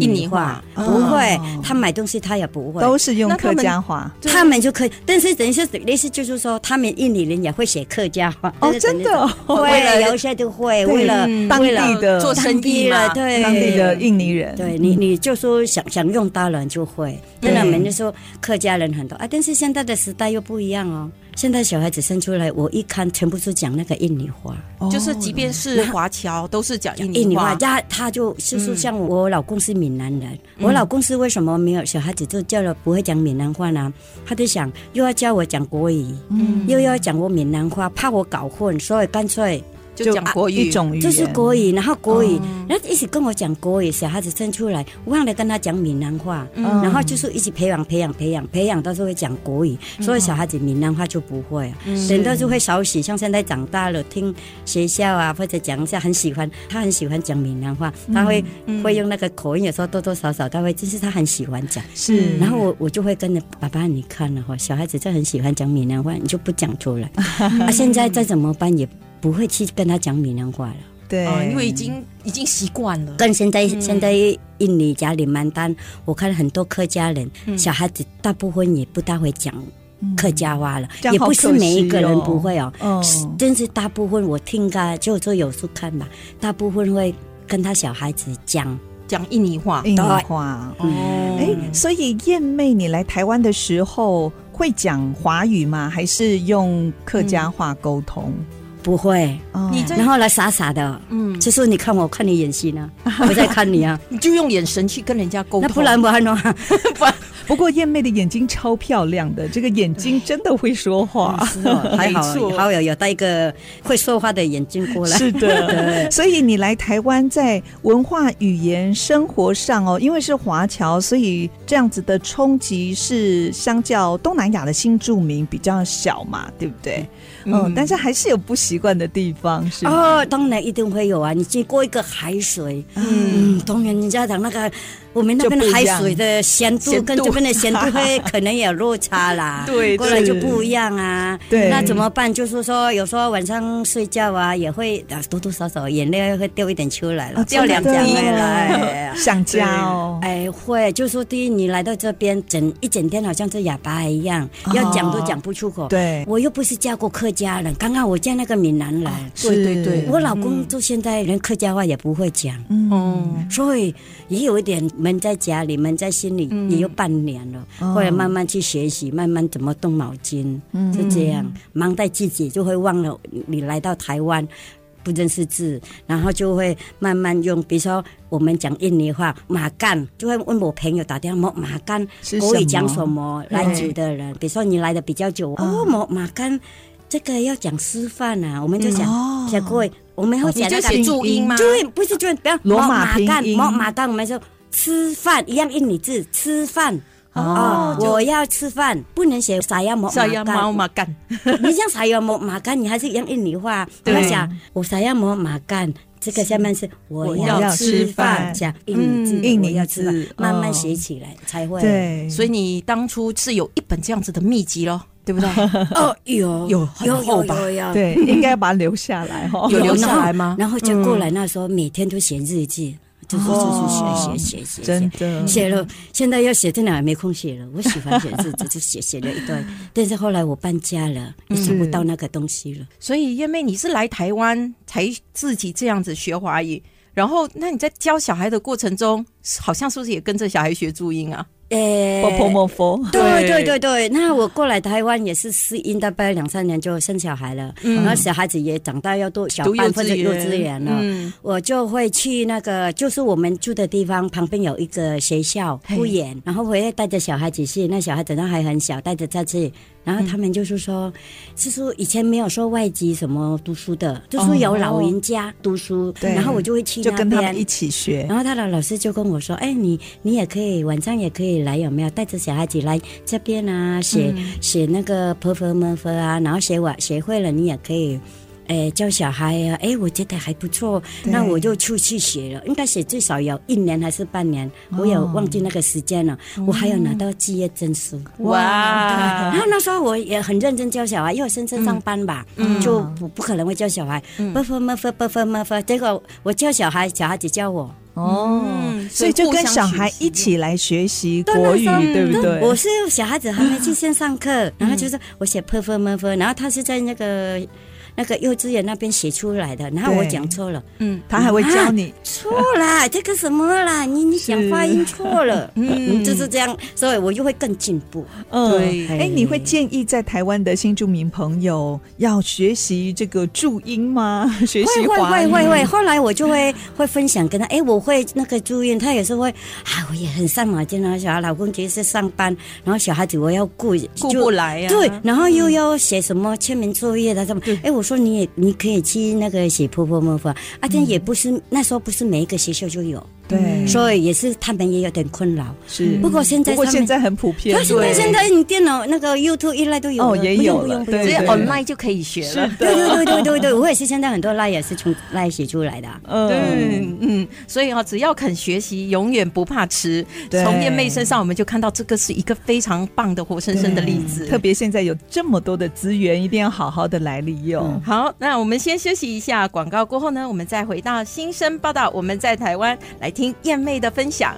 [SPEAKER 4] 印
[SPEAKER 6] 尼
[SPEAKER 4] 尼
[SPEAKER 6] 话
[SPEAKER 4] 话，
[SPEAKER 6] 不会
[SPEAKER 7] 哦。
[SPEAKER 6] 他买东西他也不会。
[SPEAKER 7] 都是用
[SPEAKER 4] 那他
[SPEAKER 7] 客
[SPEAKER 4] 们
[SPEAKER 7] 家话。
[SPEAKER 6] 他们就可以，但是等于是类似就是说，他们印尼人也会写客家话
[SPEAKER 7] 哦，真的哦，
[SPEAKER 6] 为了有一些就会
[SPEAKER 7] 对
[SPEAKER 6] 为了
[SPEAKER 4] 嗯
[SPEAKER 7] 当
[SPEAKER 6] 为了
[SPEAKER 7] 地的
[SPEAKER 4] 做生意嘛
[SPEAKER 6] 当地了对
[SPEAKER 7] 当地的印尼人，
[SPEAKER 6] 对你，你就说想想用当然就会。
[SPEAKER 7] 对
[SPEAKER 6] 当然，我们就说客家人很多啊，但是现在的时代又不一样哦。现在小孩子生出来，我一看全部是讲那个印尼话，
[SPEAKER 7] 哦
[SPEAKER 4] 就是即便是华侨都是讲印
[SPEAKER 6] 印
[SPEAKER 4] 尼
[SPEAKER 6] 尼话
[SPEAKER 4] 话，，
[SPEAKER 6] 他他就是说
[SPEAKER 4] 嗯
[SPEAKER 6] 像我老公是闽南人，我老公是为什么没有小孩子就叫了不会讲闽南话呢？他就想又要教我讲国语，
[SPEAKER 7] 嗯
[SPEAKER 6] 又要讲我闽南话，怕我搞混，所以干脆
[SPEAKER 4] 就
[SPEAKER 6] 啊
[SPEAKER 4] 讲国语
[SPEAKER 7] 一种语言，哦
[SPEAKER 6] 就是国语，然后国语
[SPEAKER 4] 嗯，
[SPEAKER 6] 然后一直跟我讲国语，小孩子生出来忘了跟他讲闽南话，
[SPEAKER 4] 嗯
[SPEAKER 7] 嗯，
[SPEAKER 6] 然后就是一直培养培养培养培养，到时候会讲国语，
[SPEAKER 7] 嗯
[SPEAKER 6] 所以小孩子闽南话就不会啊，
[SPEAKER 4] 嗯
[SPEAKER 6] 等到就会少许，像现在长大了，听学校啊或者讲一下，很喜欢，他很喜欢讲闽南话，他会
[SPEAKER 7] 嗯
[SPEAKER 6] 会用那个口音，有时候多多少少他会，就是他很喜欢讲。
[SPEAKER 7] 是，
[SPEAKER 6] 然后我我就会跟着爸爸，你看了哈，小孩子就很喜欢讲闽南话，你就不讲出来。啊，现在再怎么办也不会去跟他讲闽南话了。
[SPEAKER 7] 对
[SPEAKER 6] 哎
[SPEAKER 4] 啊，，因为已经已经习惯了，
[SPEAKER 6] 跟现在、现在印尼家里蛮单，我看很多客家人、小孩子大部分也不大会讲客家话了，
[SPEAKER 7] 这样
[SPEAKER 6] 也
[SPEAKER 7] 好
[SPEAKER 6] 不是
[SPEAKER 7] 可惜
[SPEAKER 6] 每一个人
[SPEAKER 7] 哦
[SPEAKER 6] 不会哦。
[SPEAKER 7] 嗯
[SPEAKER 6] 是但是大部分我听啊，就就有时候看吧，大部分会跟他小孩子讲。
[SPEAKER 4] 讲印尼
[SPEAKER 6] 哎
[SPEAKER 4] 话。
[SPEAKER 7] 印尼话。
[SPEAKER 4] 哦
[SPEAKER 7] 哎，所以燕妹，你来台湾的时候会讲华语吗？还是用客家话沟通？
[SPEAKER 6] 不会，
[SPEAKER 7] 哦
[SPEAKER 4] 你在
[SPEAKER 6] 哎然后来傻傻的，
[SPEAKER 4] 嗯，
[SPEAKER 6] 就说你看我，我看你演戏呢，我在看 你啊，
[SPEAKER 4] 你就用眼神去跟人家沟
[SPEAKER 6] 那
[SPEAKER 4] 通，
[SPEAKER 6] 不然不然哦的话，
[SPEAKER 7] 不过燕妹的眼睛超漂亮的，这个眼睛真的会说 话。
[SPEAKER 6] 还好
[SPEAKER 4] 没错
[SPEAKER 6] 还好有有带一个会说话的眼睛过来，
[SPEAKER 7] 是的，
[SPEAKER 6] 对
[SPEAKER 7] 所以你来台湾在文化、语言、生活上哦，因为是华侨，所以这样子的冲击是相较东南亚的新住民比较小嘛，对不对？嗯，但是还是有不习惯的地方，是吗？
[SPEAKER 6] 哦，当然一定会有啊！你经过一个海水，嗯，当然人家讲那个我们那边的海水的咸度跟这边的咸度 会可能有落差啦，
[SPEAKER 7] 对
[SPEAKER 6] 过来
[SPEAKER 7] 是
[SPEAKER 6] 就不一样啊。
[SPEAKER 7] 对
[SPEAKER 6] 那怎么办？就是说有时候晚上睡觉啊，也会啊多多少少眼泪会掉一点出来了，
[SPEAKER 7] 啊
[SPEAKER 6] 掉两
[SPEAKER 7] 真的
[SPEAKER 6] 两泪来。
[SPEAKER 7] 想家哦，
[SPEAKER 6] 哎，会，就说第一，你来到这边整一整天，好像是哑巴一样，要讲都讲不出口。
[SPEAKER 7] 对，
[SPEAKER 6] 我又不是嫁过客家人，刚刚我嫁那个闽南人，
[SPEAKER 4] 对对对
[SPEAKER 6] 我老公就现在连客家话也不会讲，
[SPEAKER 4] 嗯，
[SPEAKER 6] 所以也有一点闷在家里，闷在心里
[SPEAKER 4] 嗯
[SPEAKER 6] 也有半年了。
[SPEAKER 4] 哦
[SPEAKER 6] 后来慢慢去学习，慢慢怎么动脑筋，
[SPEAKER 4] 嗯
[SPEAKER 6] 就这样忙在自己，就会忘了你来到台湾。不认识字，然后就会慢慢用，比如说我们讲印尼话马干，就会问我朋友打电话马干
[SPEAKER 7] 是
[SPEAKER 6] 国语
[SPEAKER 7] 什
[SPEAKER 6] 讲
[SPEAKER 7] 么
[SPEAKER 6] 什么，来
[SPEAKER 4] 哎
[SPEAKER 6] 煮的人，比如说你来的比较久，
[SPEAKER 4] 啊
[SPEAKER 6] 哦马马干这个要讲吃饭啊，我们就讲
[SPEAKER 7] 哦
[SPEAKER 6] 讲国语，我们会
[SPEAKER 4] 嗯哦你
[SPEAKER 6] 讲
[SPEAKER 4] 就
[SPEAKER 6] 那个
[SPEAKER 4] 写注音吗？
[SPEAKER 6] 对，不是就是不要
[SPEAKER 7] 罗马
[SPEAKER 6] 马
[SPEAKER 7] 拼
[SPEAKER 6] 干
[SPEAKER 7] 音
[SPEAKER 6] 马马干，我们说吃饭一样印尼字吃饭。哦，我要吃饭，不能写撒呀么
[SPEAKER 4] 小鸭啊猫
[SPEAKER 6] 马
[SPEAKER 4] 嘛干，
[SPEAKER 6] 干，你像撒呀么马干，你还是一样印尼话。我
[SPEAKER 4] 对
[SPEAKER 6] 想我撒呀么马干，这个下面是我
[SPEAKER 7] 要
[SPEAKER 6] 要吃
[SPEAKER 7] 吃
[SPEAKER 6] 饭，
[SPEAKER 7] 饭
[SPEAKER 6] 讲印尼字，
[SPEAKER 7] 嗯印尼
[SPEAKER 6] 我要吃
[SPEAKER 7] 字
[SPEAKER 6] 饭，慢慢
[SPEAKER 7] 哦
[SPEAKER 6] 写起来才会。，
[SPEAKER 7] 对，
[SPEAKER 4] 所以你当初是有一本这样子的秘籍
[SPEAKER 6] 嗯
[SPEAKER 4] 咯，对 不对？
[SPEAKER 6] 哦，有
[SPEAKER 4] 有很
[SPEAKER 6] 有
[SPEAKER 4] 厚
[SPEAKER 6] 有
[SPEAKER 4] 吧
[SPEAKER 6] 有有
[SPEAKER 7] 对，应该把它留下来哦 哈。
[SPEAKER 4] 有留
[SPEAKER 6] 然
[SPEAKER 4] 下
[SPEAKER 6] 后
[SPEAKER 4] 来吗
[SPEAKER 6] 然后就过来那时候每天都写日记，就是就是写写写写写，
[SPEAKER 7] 真
[SPEAKER 4] 嗯
[SPEAKER 7] 的
[SPEAKER 6] 写了，现在要写真的还没空写了。我喜欢写 字，只是写写了一段，但是后来我搬家了，
[SPEAKER 4] 嗯
[SPEAKER 6] 也找不到那个东西了。
[SPEAKER 4] 所以燕妹，你是来台湾才自己这样子学华语，然后，那你在教小孩的过程中，好像是不是也跟着小孩学注音啊？
[SPEAKER 6] 诶、
[SPEAKER 7] 婆婆莫佛，
[SPEAKER 6] 呃
[SPEAKER 4] 对
[SPEAKER 6] 对对对对，那我过来台湾也是适应，大概两三年就生小孩了，
[SPEAKER 4] 嗯
[SPEAKER 6] 然后小孩子也长大要读小
[SPEAKER 4] 读
[SPEAKER 6] 班
[SPEAKER 4] 幼
[SPEAKER 6] 或
[SPEAKER 4] 稚
[SPEAKER 6] 者
[SPEAKER 4] 园，
[SPEAKER 6] 幼稚园了。
[SPEAKER 4] 嗯，
[SPEAKER 6] 我就会去那个，就是我们住的地方旁边有一个学校
[SPEAKER 4] 嘿
[SPEAKER 6] 护眼，然后回来带着小孩子去，那小孩子那还很小，带着他去，然
[SPEAKER 7] 嗯
[SPEAKER 6] 后他们就是说，是说以前没有说外籍什么读书的，就是有老人家读书，
[SPEAKER 7] 对
[SPEAKER 6] 然后我就会去
[SPEAKER 7] 就
[SPEAKER 6] 那
[SPEAKER 7] 跟他们
[SPEAKER 6] 边
[SPEAKER 7] 一。起学。
[SPEAKER 6] 然后他的老师就跟我说：“哎，你你也可以晚上也可以来，有没有带着小孩子来这边啊？写、
[SPEAKER 7] 嗯
[SPEAKER 6] 写那个 p e r f o r m e r 啊，然后写完写会了，你也可以，哎，教小孩啊。哎，我觉得还不错，
[SPEAKER 7] 对
[SPEAKER 6] 那我就出去写了，应该写最少有一年还是半年，
[SPEAKER 7] 哦
[SPEAKER 6] 我也忘记那个时间了。我还有拿到毕业证书。
[SPEAKER 7] 嗯
[SPEAKER 4] 哇
[SPEAKER 6] 然，后那时候我也很认真教小孩，因为我深圳上班吧，
[SPEAKER 4] 嗯
[SPEAKER 6] 就不不可能会教小孩，
[SPEAKER 7] 嗯
[SPEAKER 6] 不分不分不分不分。结果我教小孩，小孩子教我。
[SPEAKER 7] 哦，
[SPEAKER 4] 嗯
[SPEAKER 7] 所以就跟小孩一起来学习国语，
[SPEAKER 6] 对那啊时
[SPEAKER 4] 候
[SPEAKER 7] 对不嗯对？
[SPEAKER 6] 我是小孩子还没去线上课，然后就是我写 p e r f o r m e r 然后他是在那个那个幼稚园那边写出来的，然后我
[SPEAKER 7] 对
[SPEAKER 6] 讲错了，
[SPEAKER 4] 嗯
[SPEAKER 7] 他还会教你，
[SPEAKER 6] 错啦，这个什么啦，你你讲发音错了，嗯，就是这样，所以我就会更进步。
[SPEAKER 7] 嗯，
[SPEAKER 4] 对
[SPEAKER 7] 哎，你会建议在台湾的新住民朋友要学习这个注音吗？ 学习
[SPEAKER 6] 会会
[SPEAKER 7] 华
[SPEAKER 6] 会
[SPEAKER 7] 语？
[SPEAKER 6] 会会，后来我就会会分享跟他，哎，我会那个住院，他也是会，啊，我也很上马劲啊，小孩老公其实是上班，然后小孩子我要顾啊
[SPEAKER 4] 顾
[SPEAKER 6] 就
[SPEAKER 4] 不来呀、
[SPEAKER 6] 对，然后又要写什么签名作业的什么，哎，我说你也你可以去那个写婆婆妈妈，啊，但也不是、那时候不是每一个学校就有，
[SPEAKER 7] 对，
[SPEAKER 6] 所以也是他们也有点困扰。
[SPEAKER 7] 是。
[SPEAKER 6] 嗯不过现在
[SPEAKER 7] 不过
[SPEAKER 6] 他
[SPEAKER 7] 现
[SPEAKER 6] 们，
[SPEAKER 7] 在很普遍，
[SPEAKER 6] 可是
[SPEAKER 7] 对
[SPEAKER 6] 现在你电脑那个 YouTube 一来都有了，
[SPEAKER 7] 哦也
[SPEAKER 6] 不用
[SPEAKER 7] 有
[SPEAKER 6] 不
[SPEAKER 7] 了
[SPEAKER 6] 用不
[SPEAKER 7] 对
[SPEAKER 6] 用
[SPEAKER 4] 直
[SPEAKER 6] 不
[SPEAKER 4] 接
[SPEAKER 6] 用。
[SPEAKER 4] online 就可以学了。
[SPEAKER 6] 对对对对对对，我也是现在很多赖也是从赖写出来的啊。
[SPEAKER 7] 嗯，
[SPEAKER 4] 嗯嗯，所以啊、只要肯学习，永远不怕迟。
[SPEAKER 7] 对
[SPEAKER 4] 从燕妹身上，我们就看到这个是一个非常棒的活生生的例子。
[SPEAKER 7] 特别现在有这么多的资源，一定要好好的来利
[SPEAKER 6] 嗯
[SPEAKER 3] 嗯
[SPEAKER 7] 用。
[SPEAKER 4] 好，那我们先休息一下，广告过后呢，我们再回到新生报道。我们在台湾来听燕妹的分享。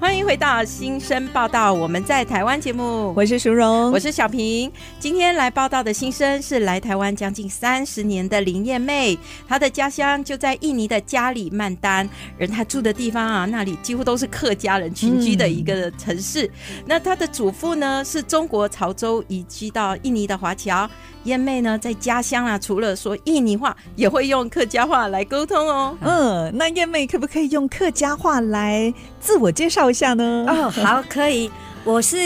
[SPEAKER 4] 欢迎回到新生报道，我们在台湾节目，
[SPEAKER 7] 我是淑
[SPEAKER 3] 嗯
[SPEAKER 7] 荣，
[SPEAKER 4] 我是小平，今天来报道的新生是来台湾将近三十年的林燕妹，她的家乡就在印尼的加里曼丹，而她住的地方啊，那里几乎都是客家人群居的一个城市。那她的祖父呢，是中国潮州移居到印尼的华侨。燕妹呢，在家乡啊，除了说印尼话，也会用客家话来沟通哦。
[SPEAKER 7] 嗯，那燕妹可不可以用客家话来自我介绍一下呢？
[SPEAKER 6] 哦，好，可以。我是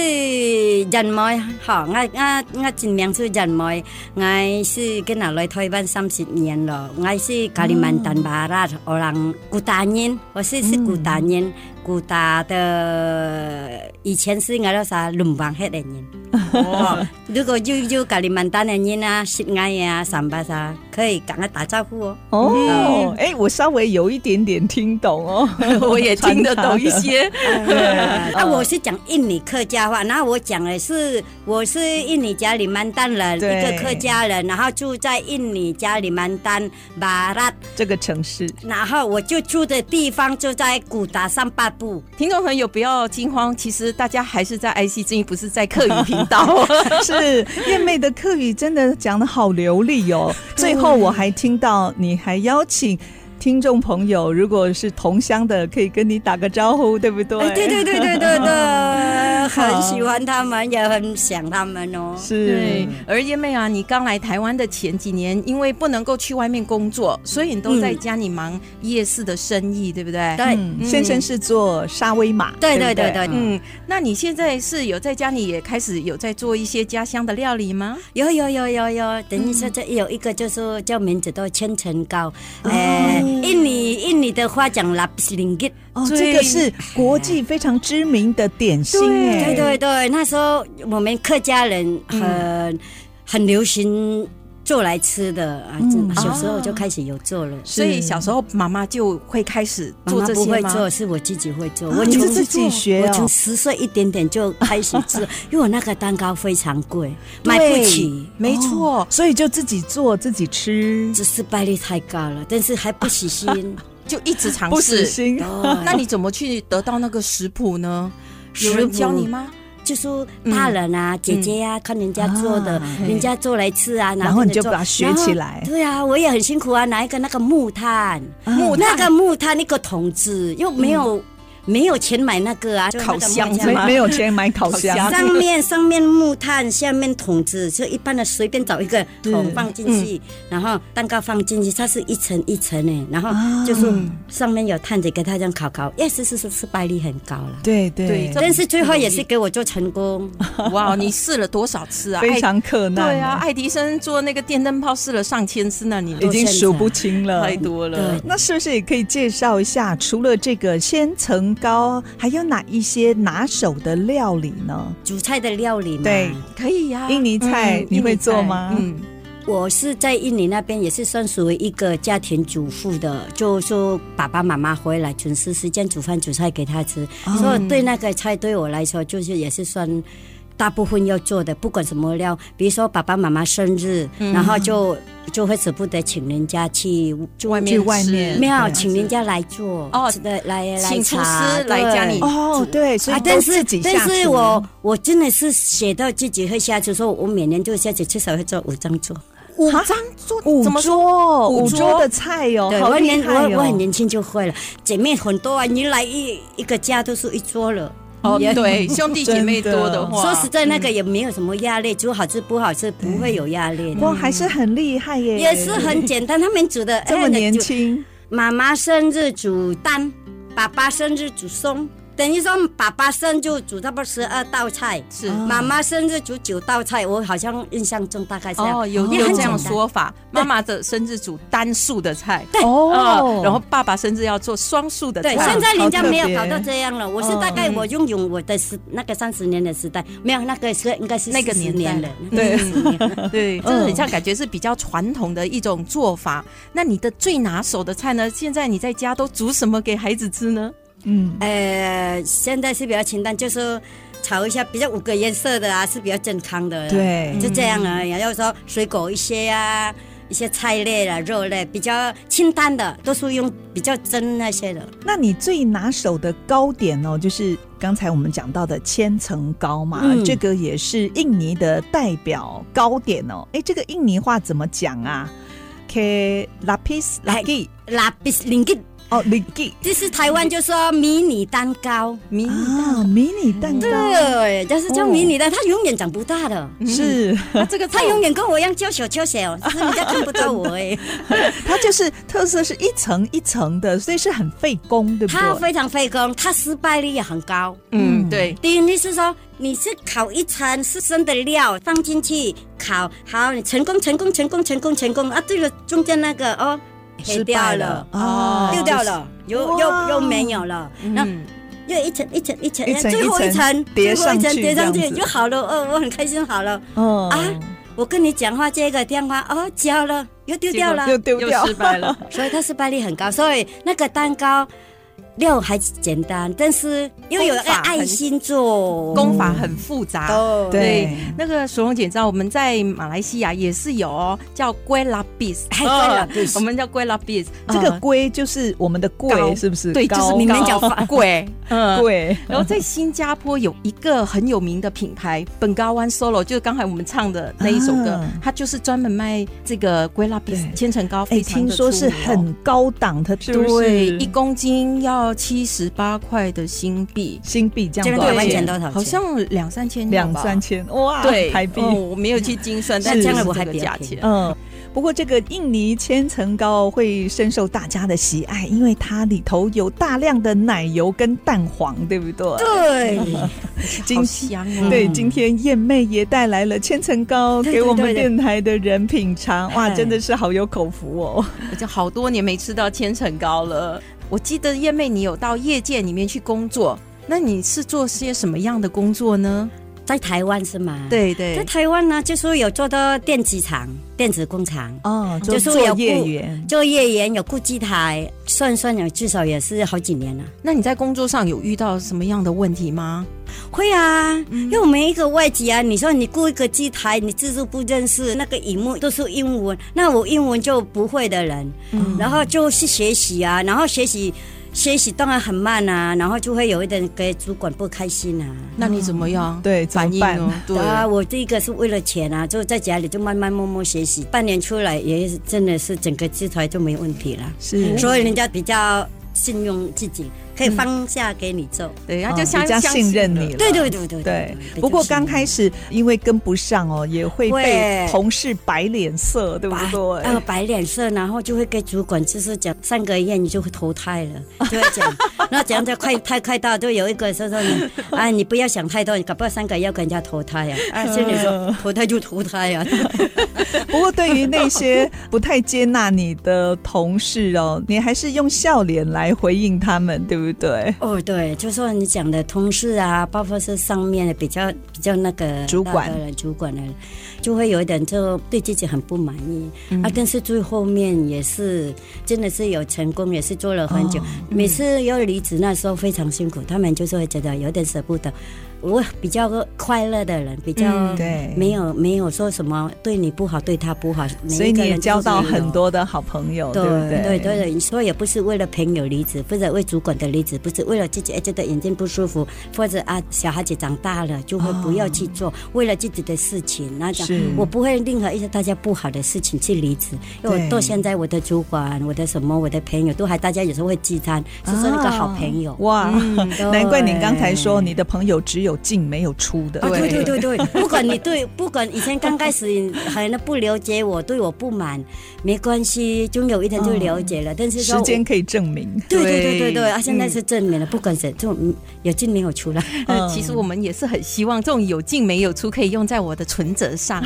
[SPEAKER 6] 人妹，好，我我我前名是人妹，我是跟哪来台湾三十年了，我是加里曼丹巴拉orang 古达人，我是是古达人，古达的以前是我那啥龙王黑的人，哦，如果就就加里曼丹的人啊，是我啊，三巴沙，可以跟我打招呼哦。
[SPEAKER 7] 哦，哎、我稍微有一点点听 懂哦，
[SPEAKER 4] 我也听得懂一
[SPEAKER 7] 穿插的。
[SPEAKER 4] 些。
[SPEAKER 6] 啊，我是讲印尼客家话，然后我讲的是我是印尼加里曼丹人，一
[SPEAKER 7] 对
[SPEAKER 6] 个客家人，然后住在印尼加里曼丹巴拉，
[SPEAKER 7] 这个城市
[SPEAKER 6] 然后我就住的地方就在古达上半部。
[SPEAKER 4] 听众朋友不要惊慌，其实大家还是在 IC 之音，不是在客语频道。哦
[SPEAKER 7] 是燕妹的客语真的讲的好流利 哦。最后我还听到你还邀请听众朋友，如果是同乡的，可以跟你打个招呼，对不对？
[SPEAKER 6] 哎，对对对对对对，很喜欢他们，也很想他们哦。
[SPEAKER 7] 是
[SPEAKER 4] 对，而燕妹啊，你刚来台湾的前几年，因为不能够去外面工作，所以你都在家里忙夜市的生意，对不对？
[SPEAKER 6] 对
[SPEAKER 7] 嗯先生是做沙威玛，
[SPEAKER 6] 对
[SPEAKER 7] 对
[SPEAKER 6] 对
[SPEAKER 7] 不
[SPEAKER 6] 对对，嗯，
[SPEAKER 4] 嗯，那你现在是有在家里也开始有在做一些家乡的料理吗？
[SPEAKER 6] 有有有有有，等于说这有一个就是叫名字叫千层糕，哎，印尼印尼的话讲 lapis linggit。
[SPEAKER 7] 哦，
[SPEAKER 4] 对
[SPEAKER 7] 这个是国际非常知名的点心哎，
[SPEAKER 6] 对对对，那时候我们客家人很、很流行做来吃的啊，
[SPEAKER 7] 嗯
[SPEAKER 6] 小时候就开始有做了。
[SPEAKER 7] 是
[SPEAKER 4] 所以小时候妈妈就会开始
[SPEAKER 6] 妈
[SPEAKER 4] 啊做
[SPEAKER 6] 妈
[SPEAKER 4] 这
[SPEAKER 6] 不
[SPEAKER 4] 些
[SPEAKER 6] 会
[SPEAKER 4] 吗？
[SPEAKER 6] 做，是我自己会做。
[SPEAKER 7] 啊
[SPEAKER 6] 我
[SPEAKER 7] 你
[SPEAKER 6] 从
[SPEAKER 7] 是自己学
[SPEAKER 6] 我从
[SPEAKER 7] 哦，
[SPEAKER 6] 十岁一点点就开始吃，因为我那个蛋糕非常贵，
[SPEAKER 4] 对
[SPEAKER 6] 买不起，哦
[SPEAKER 4] 没错。
[SPEAKER 7] 哦所以就自己做自己吃。
[SPEAKER 6] 这失败率太高了，但是还不死心。
[SPEAKER 4] 就一直尝
[SPEAKER 7] 不死
[SPEAKER 4] 试。
[SPEAKER 7] 心。
[SPEAKER 6] 哦
[SPEAKER 4] 那你怎么去得到那个食谱呢？有
[SPEAKER 6] 食
[SPEAKER 4] 人
[SPEAKER 6] 谱
[SPEAKER 4] 教你吗？
[SPEAKER 6] 就说大人啊、姐姐呀、看人家做的，
[SPEAKER 7] 啊
[SPEAKER 6] 人家做来吃啊，
[SPEAKER 7] 然后
[SPEAKER 6] 跟
[SPEAKER 7] 你
[SPEAKER 6] 着
[SPEAKER 7] 就
[SPEAKER 6] 做
[SPEAKER 7] 把它学起。来
[SPEAKER 6] 然后对啊，我也很辛苦啊，拿一个那个木炭，
[SPEAKER 4] 木
[SPEAKER 6] 那
[SPEAKER 4] 炭
[SPEAKER 6] 个木炭那个桶子，又没有、没有钱买那个啊，就那个
[SPEAKER 4] 烤箱
[SPEAKER 6] 木
[SPEAKER 4] 子
[SPEAKER 6] 炭
[SPEAKER 7] 没
[SPEAKER 4] 吗
[SPEAKER 7] 没有钱买 烤
[SPEAKER 4] 烤
[SPEAKER 7] 箱
[SPEAKER 4] 箱，
[SPEAKER 6] 上面上面木炭，下面桶子，就一般的随便找一个
[SPEAKER 7] 是
[SPEAKER 6] 桶放进去，然后蛋糕放进去，它是一层一层的，然后
[SPEAKER 7] 啊
[SPEAKER 6] 就是上面有炭子给它这样烤烤，也是是是失败率很高了。
[SPEAKER 7] 对
[SPEAKER 4] 对
[SPEAKER 7] 对，
[SPEAKER 4] 这
[SPEAKER 6] 但是最后也是给我做成功，
[SPEAKER 4] 哇，你试了多少次啊？
[SPEAKER 7] 非常克
[SPEAKER 4] 爱
[SPEAKER 7] 难，
[SPEAKER 4] 对啊，，爱迪生做那个电灯泡试了上千次，那你
[SPEAKER 7] 已经数不清了，
[SPEAKER 4] 太多了
[SPEAKER 6] 对。
[SPEAKER 7] 那是不是也可以介绍一下，除了这个千层糕，还有哪一些拿手的料理呢？
[SPEAKER 6] 主菜的料理嘛。
[SPEAKER 7] 对
[SPEAKER 4] 可以呀、
[SPEAKER 7] 印尼
[SPEAKER 6] 嗯
[SPEAKER 7] 菜你会做吗
[SPEAKER 4] 印嗯尼菜嗯
[SPEAKER 6] 我是在印尼那边也是算属于一个家庭主妇的，就说爸爸妈妈回来准时时间煮饭煮菜给他吃，
[SPEAKER 7] 哦
[SPEAKER 6] 所以对那个菜对我来说就是也是算。大部分要做的，不管什么料，比如说爸爸妈妈生日，
[SPEAKER 7] 嗯
[SPEAKER 6] 然后就就会舍不得请人家去，
[SPEAKER 4] 嗯，外面
[SPEAKER 7] 去外面
[SPEAKER 4] 吃
[SPEAKER 6] 没有
[SPEAKER 7] 对
[SPEAKER 6] 请人家来做
[SPEAKER 4] 哦
[SPEAKER 6] 吃的来来
[SPEAKER 4] 请厨
[SPEAKER 6] 茶
[SPEAKER 4] 师来家
[SPEAKER 6] 对
[SPEAKER 4] 里
[SPEAKER 7] 哦，对，所以
[SPEAKER 6] 啊，
[SPEAKER 7] 都
[SPEAKER 6] 但是
[SPEAKER 7] 自己下
[SPEAKER 6] 但是
[SPEAKER 7] 厨
[SPEAKER 6] 我我真的是写到自己会下厨，说我每年就下去至少会做五张桌。
[SPEAKER 4] 五张桌，
[SPEAKER 7] 五
[SPEAKER 4] 怎么说？
[SPEAKER 7] 桌
[SPEAKER 4] 五
[SPEAKER 7] 五
[SPEAKER 4] 桌
[SPEAKER 7] 桌的菜哦，
[SPEAKER 6] 对，
[SPEAKER 7] 好
[SPEAKER 6] 我
[SPEAKER 7] 厉
[SPEAKER 6] 年
[SPEAKER 7] 害
[SPEAKER 6] 我我
[SPEAKER 7] 哦
[SPEAKER 6] 很！年轻就会了，姐妹很多啊，你来一一个家都是一桌了。
[SPEAKER 4] 哦，
[SPEAKER 6] 也
[SPEAKER 4] 对，兄弟姐妹
[SPEAKER 7] 真的
[SPEAKER 4] 多的话，
[SPEAKER 6] 说实在，那个也没有什么压力，煮好吃不好吃不会有压力的，
[SPEAKER 7] 哇，还是很厉害耶，
[SPEAKER 6] 也是很简单。他们煮 的
[SPEAKER 7] 嗯这么
[SPEAKER 6] 哎
[SPEAKER 7] 年
[SPEAKER 6] 煮
[SPEAKER 7] 轻，
[SPEAKER 6] 妈妈生日煮蛋，爸爸生日煮松，等于说爸爸生就煮差不多十二道菜，
[SPEAKER 4] 是
[SPEAKER 6] 妈妈生日煮九道菜，我好像印象中大概是这样
[SPEAKER 4] 哦，有
[SPEAKER 6] 也
[SPEAKER 4] 有
[SPEAKER 6] 很
[SPEAKER 4] 这样
[SPEAKER 6] 简单
[SPEAKER 4] 说法。妈妈的生日煮单数的菜，
[SPEAKER 7] 哦
[SPEAKER 4] 啊然后爸爸甚至要做双数的
[SPEAKER 6] 对，
[SPEAKER 7] 哇
[SPEAKER 4] 菜
[SPEAKER 6] 现。在
[SPEAKER 7] 好
[SPEAKER 6] 人家
[SPEAKER 7] 特
[SPEAKER 6] 没有
[SPEAKER 7] 别
[SPEAKER 6] 搞到这样了。我是大概我拥有我的时那个三十年的时代，没有那个是应该是
[SPEAKER 4] 那个
[SPEAKER 6] 40
[SPEAKER 4] 年
[SPEAKER 6] 年
[SPEAKER 4] 代
[SPEAKER 6] 了，对，嗯
[SPEAKER 4] 对， 这很像感觉是比较传统的一种做法。那你的最拿手的菜呢？现在你在家都煮什么给孩子吃呢？
[SPEAKER 7] 嗯，
[SPEAKER 6] 呃，现在是比较清淡，就是炒一下比较五个颜色的啊，是比较健康的，，
[SPEAKER 7] 对，
[SPEAKER 6] 就这样而已啊。要说水果一些啊，一些菜类啊、肉类比较清淡的，都是用比较蒸那些的。
[SPEAKER 7] 那你最拿手的糕点哦，就是刚才我们讲到的千层糕嘛，
[SPEAKER 6] 嗯
[SPEAKER 7] 这个也是印尼的代表糕点哦。哎，这个印尼话怎么讲啊？K lapis
[SPEAKER 6] 哎
[SPEAKER 7] lagi
[SPEAKER 6] 拉比林吉，
[SPEAKER 7] 哦，lagi
[SPEAKER 6] 这是台湾就说迷你蛋糕，
[SPEAKER 4] 迷你
[SPEAKER 7] 啊，迷你蛋糕
[SPEAKER 6] 对，就是叫迷你蛋，它永远长不大
[SPEAKER 7] 哦
[SPEAKER 6] 的。
[SPEAKER 7] 是
[SPEAKER 4] 那这个菜
[SPEAKER 6] 他永远跟我一样娇小娇小，只是人家看不到我 哎、
[SPEAKER 7] 它就是特色是一层一层的，所以是很费工，对不
[SPEAKER 6] 他
[SPEAKER 7] 对？
[SPEAKER 6] 非常费工，他失败率也很高。
[SPEAKER 4] 嗯，对，
[SPEAKER 6] 第一，是说你是烤一层是生的料放进去烤，好，你成功成功成功成功成功啊！对了，中间那个哦，黑掉了，
[SPEAKER 7] 啊，
[SPEAKER 6] 丢掉了，又
[SPEAKER 7] 哇
[SPEAKER 6] 又又没有了，那、
[SPEAKER 4] 嗯，
[SPEAKER 6] 又一层一层一层，
[SPEAKER 7] 一层
[SPEAKER 6] 最后
[SPEAKER 7] 一
[SPEAKER 6] 一
[SPEAKER 7] 层
[SPEAKER 6] 层
[SPEAKER 7] 叠
[SPEAKER 6] 最后一
[SPEAKER 7] 上
[SPEAKER 6] 层
[SPEAKER 7] 去
[SPEAKER 6] 叠上
[SPEAKER 7] 这
[SPEAKER 6] 去
[SPEAKER 7] 样子
[SPEAKER 6] 就好了。哦，我很开心，好了，
[SPEAKER 7] 嗯
[SPEAKER 6] 啊我跟你讲话接个电话，哦，交了，又丢掉了，
[SPEAKER 7] 又丢
[SPEAKER 4] 又
[SPEAKER 7] 掉
[SPEAKER 4] 失败了。
[SPEAKER 6] 所以它失败率很高。所以那个蛋糕料还简单，但是又有
[SPEAKER 4] 功法很
[SPEAKER 6] 爱心做
[SPEAKER 4] 功法很复杂。
[SPEAKER 6] 哦
[SPEAKER 7] 对，
[SPEAKER 4] 那个芙蓉姐，你知道我们在马来西亚也是有哦，叫龟拉 bis，
[SPEAKER 6] 还贵了，
[SPEAKER 4] 我们叫龟拉 bis，
[SPEAKER 7] 这个龟就是我们的
[SPEAKER 4] 糕
[SPEAKER 7] 贵，是不是？
[SPEAKER 4] 对，就是
[SPEAKER 7] 糕
[SPEAKER 6] 你们讲
[SPEAKER 4] 法龟，嗯。
[SPEAKER 7] 贵。
[SPEAKER 4] 然后在新加坡有一个很有名的品牌本高湾 Solo，就是刚才我们唱的那一首歌，
[SPEAKER 7] 啊
[SPEAKER 4] 它就是专门卖这个龟拉比
[SPEAKER 7] 对
[SPEAKER 4] 千层糕，
[SPEAKER 7] 哎，
[SPEAKER 4] 非常
[SPEAKER 7] 听
[SPEAKER 4] 的
[SPEAKER 7] 说是
[SPEAKER 4] 出名
[SPEAKER 7] 很高档的，是
[SPEAKER 4] 哦
[SPEAKER 7] 不
[SPEAKER 4] 对，
[SPEAKER 7] 是
[SPEAKER 4] 一公斤要七十八块的新币，
[SPEAKER 7] 新币这
[SPEAKER 6] 这边
[SPEAKER 7] 样多
[SPEAKER 6] 台
[SPEAKER 7] 少
[SPEAKER 6] 湾钱
[SPEAKER 7] 钱？
[SPEAKER 6] 多少钱？
[SPEAKER 4] 好像两三千有吧，
[SPEAKER 7] 两三千哇，
[SPEAKER 4] 对
[SPEAKER 7] 台币
[SPEAKER 4] 哦。我没有去精算，
[SPEAKER 6] 那
[SPEAKER 4] 但
[SPEAKER 6] 将来
[SPEAKER 4] 就是
[SPEAKER 6] 我还
[SPEAKER 4] 这
[SPEAKER 6] 比
[SPEAKER 4] 个
[SPEAKER 6] 较
[SPEAKER 4] 价
[SPEAKER 6] 便宜
[SPEAKER 4] 钱。
[SPEAKER 7] 嗯，不过这个印尼千层糕会深受大家的喜爱，因为它里头有大量的奶油跟蛋黄，对不对？
[SPEAKER 6] 对，
[SPEAKER 7] 今
[SPEAKER 4] 好香哦！
[SPEAKER 7] 对，
[SPEAKER 6] 嗯
[SPEAKER 7] 今天燕妹也带来了千层糕
[SPEAKER 6] 对
[SPEAKER 7] 给我们
[SPEAKER 6] 对对
[SPEAKER 7] 电台的人品尝，哇，
[SPEAKER 6] 哎
[SPEAKER 7] 真的是好有口福哦。
[SPEAKER 4] 我就好多年没吃到千层糕了。我记得燕妹，你有到业界里面去工作，那你是做些什么样的工作呢？
[SPEAKER 6] 在台湾是吗？，
[SPEAKER 4] 对
[SPEAKER 6] 在
[SPEAKER 4] 对，
[SPEAKER 6] 台湾呢，就说有做到电子厂、电子工厂，
[SPEAKER 7] 哦，
[SPEAKER 6] 嗯就是
[SPEAKER 7] 作
[SPEAKER 6] 有
[SPEAKER 7] 业
[SPEAKER 6] 顾
[SPEAKER 7] 员，
[SPEAKER 6] 做业员有顾机台，算算了，至少也是好几年了。
[SPEAKER 4] 那你在工作上有遇到什么样的问题吗？
[SPEAKER 6] 会啊，
[SPEAKER 7] 嗯
[SPEAKER 6] 因为我们一个外籍啊，你说你雇一个机台，你字数不认识，那个荧幕都是英文，那我英文就不会的人，
[SPEAKER 7] 嗯
[SPEAKER 6] 然后就去学习啊，然后学习学习当然很慢啊，然后就会有一点给主管不开心啊。
[SPEAKER 4] 那你怎么样？
[SPEAKER 7] 对怎么
[SPEAKER 4] 反应
[SPEAKER 7] 办
[SPEAKER 4] 呢？对，
[SPEAKER 6] 啊，我第一个是为了钱啊，就在家里就慢慢默默学习，半年出来也是真的是整个机台就没问题了，
[SPEAKER 7] 是
[SPEAKER 6] 所以人家比较信用自己，可以放下给你做。
[SPEAKER 4] 对，他
[SPEAKER 7] 嗯
[SPEAKER 4] 就相
[SPEAKER 7] 比较
[SPEAKER 4] 相
[SPEAKER 7] 信任
[SPEAKER 4] 了
[SPEAKER 7] 你了
[SPEAKER 6] 对对对对
[SPEAKER 7] 对，不过刚开
[SPEAKER 6] 始。
[SPEAKER 7] 始因为跟不上哦，也会被
[SPEAKER 6] 会
[SPEAKER 7] 同事摆脸色，对不对？
[SPEAKER 6] 呃，摆脸色，然后就会跟主管就是讲，上个月你就会投胎了， 就会讲，那讲的快太快到，就有一个说说 你，啊，你不要想太多，你搞不好三个月要跟人家投胎呀、啊，
[SPEAKER 7] 嗯
[SPEAKER 6] 啊，心里说投胎就投胎啊呀、
[SPEAKER 7] 不过对于那些不太接纳你的同事哦，你还是用笑脸来回应他们，对不对？
[SPEAKER 6] 哦，对，就说你讲的同事啊，包括是上面的比较比较那个
[SPEAKER 7] 主管
[SPEAKER 6] 大的人、主管的人，就会有一点就对自己很不满意、
[SPEAKER 7] 嗯
[SPEAKER 6] 啊。但是最后面也是真的是有成功，也是做了很
[SPEAKER 7] 哦
[SPEAKER 6] 久。
[SPEAKER 7] 嗯
[SPEAKER 6] 每次要离职那时候非常辛苦，他们就是会觉得有点舍不得。我比较快乐的人，比较、
[SPEAKER 4] 嗯
[SPEAKER 7] 对
[SPEAKER 6] 没有没有说什么对你不好，对他不好，每一
[SPEAKER 7] 所以
[SPEAKER 6] 个
[SPEAKER 7] 你也
[SPEAKER 6] 人
[SPEAKER 7] 交
[SPEAKER 6] 都是
[SPEAKER 7] 到
[SPEAKER 6] 有
[SPEAKER 7] 很多的好朋友，哦对不对？
[SPEAKER 6] 对对对，所以也不是为了朋友离职，或者为主管的离职，不是为了自己哎觉得眼睛不舒服，或者啊小孩子长大了就会不要去做，为了自己的事情，那讲
[SPEAKER 7] 哦是
[SPEAKER 6] 我不会任何一些大家不好的事情去离职，因为
[SPEAKER 7] 对
[SPEAKER 6] 我到现在我的主管、我的什么、我的朋友都还大家有时候会聚餐，是说
[SPEAKER 7] 啊
[SPEAKER 6] 那个好朋友。
[SPEAKER 7] 哇，
[SPEAKER 6] 哦嗯 对
[SPEAKER 7] 难怪你刚才说你的朋友只有进没有出的，
[SPEAKER 6] 啊，对
[SPEAKER 4] 对
[SPEAKER 6] 对对对， 不管你对，不管以前刚开始可能不了解我，对我不满，没关系，终有一天就了解了。但是说
[SPEAKER 7] 时
[SPEAKER 6] 我
[SPEAKER 7] 间可以 证明。
[SPEAKER 6] 对对对
[SPEAKER 4] 对
[SPEAKER 6] 对对，啊，现在是正面了，不管是这种嗯有进没有出来，
[SPEAKER 4] 呃
[SPEAKER 7] 嗯
[SPEAKER 4] 其实我们也是很希望这种有进没有出可以用在我的存折上。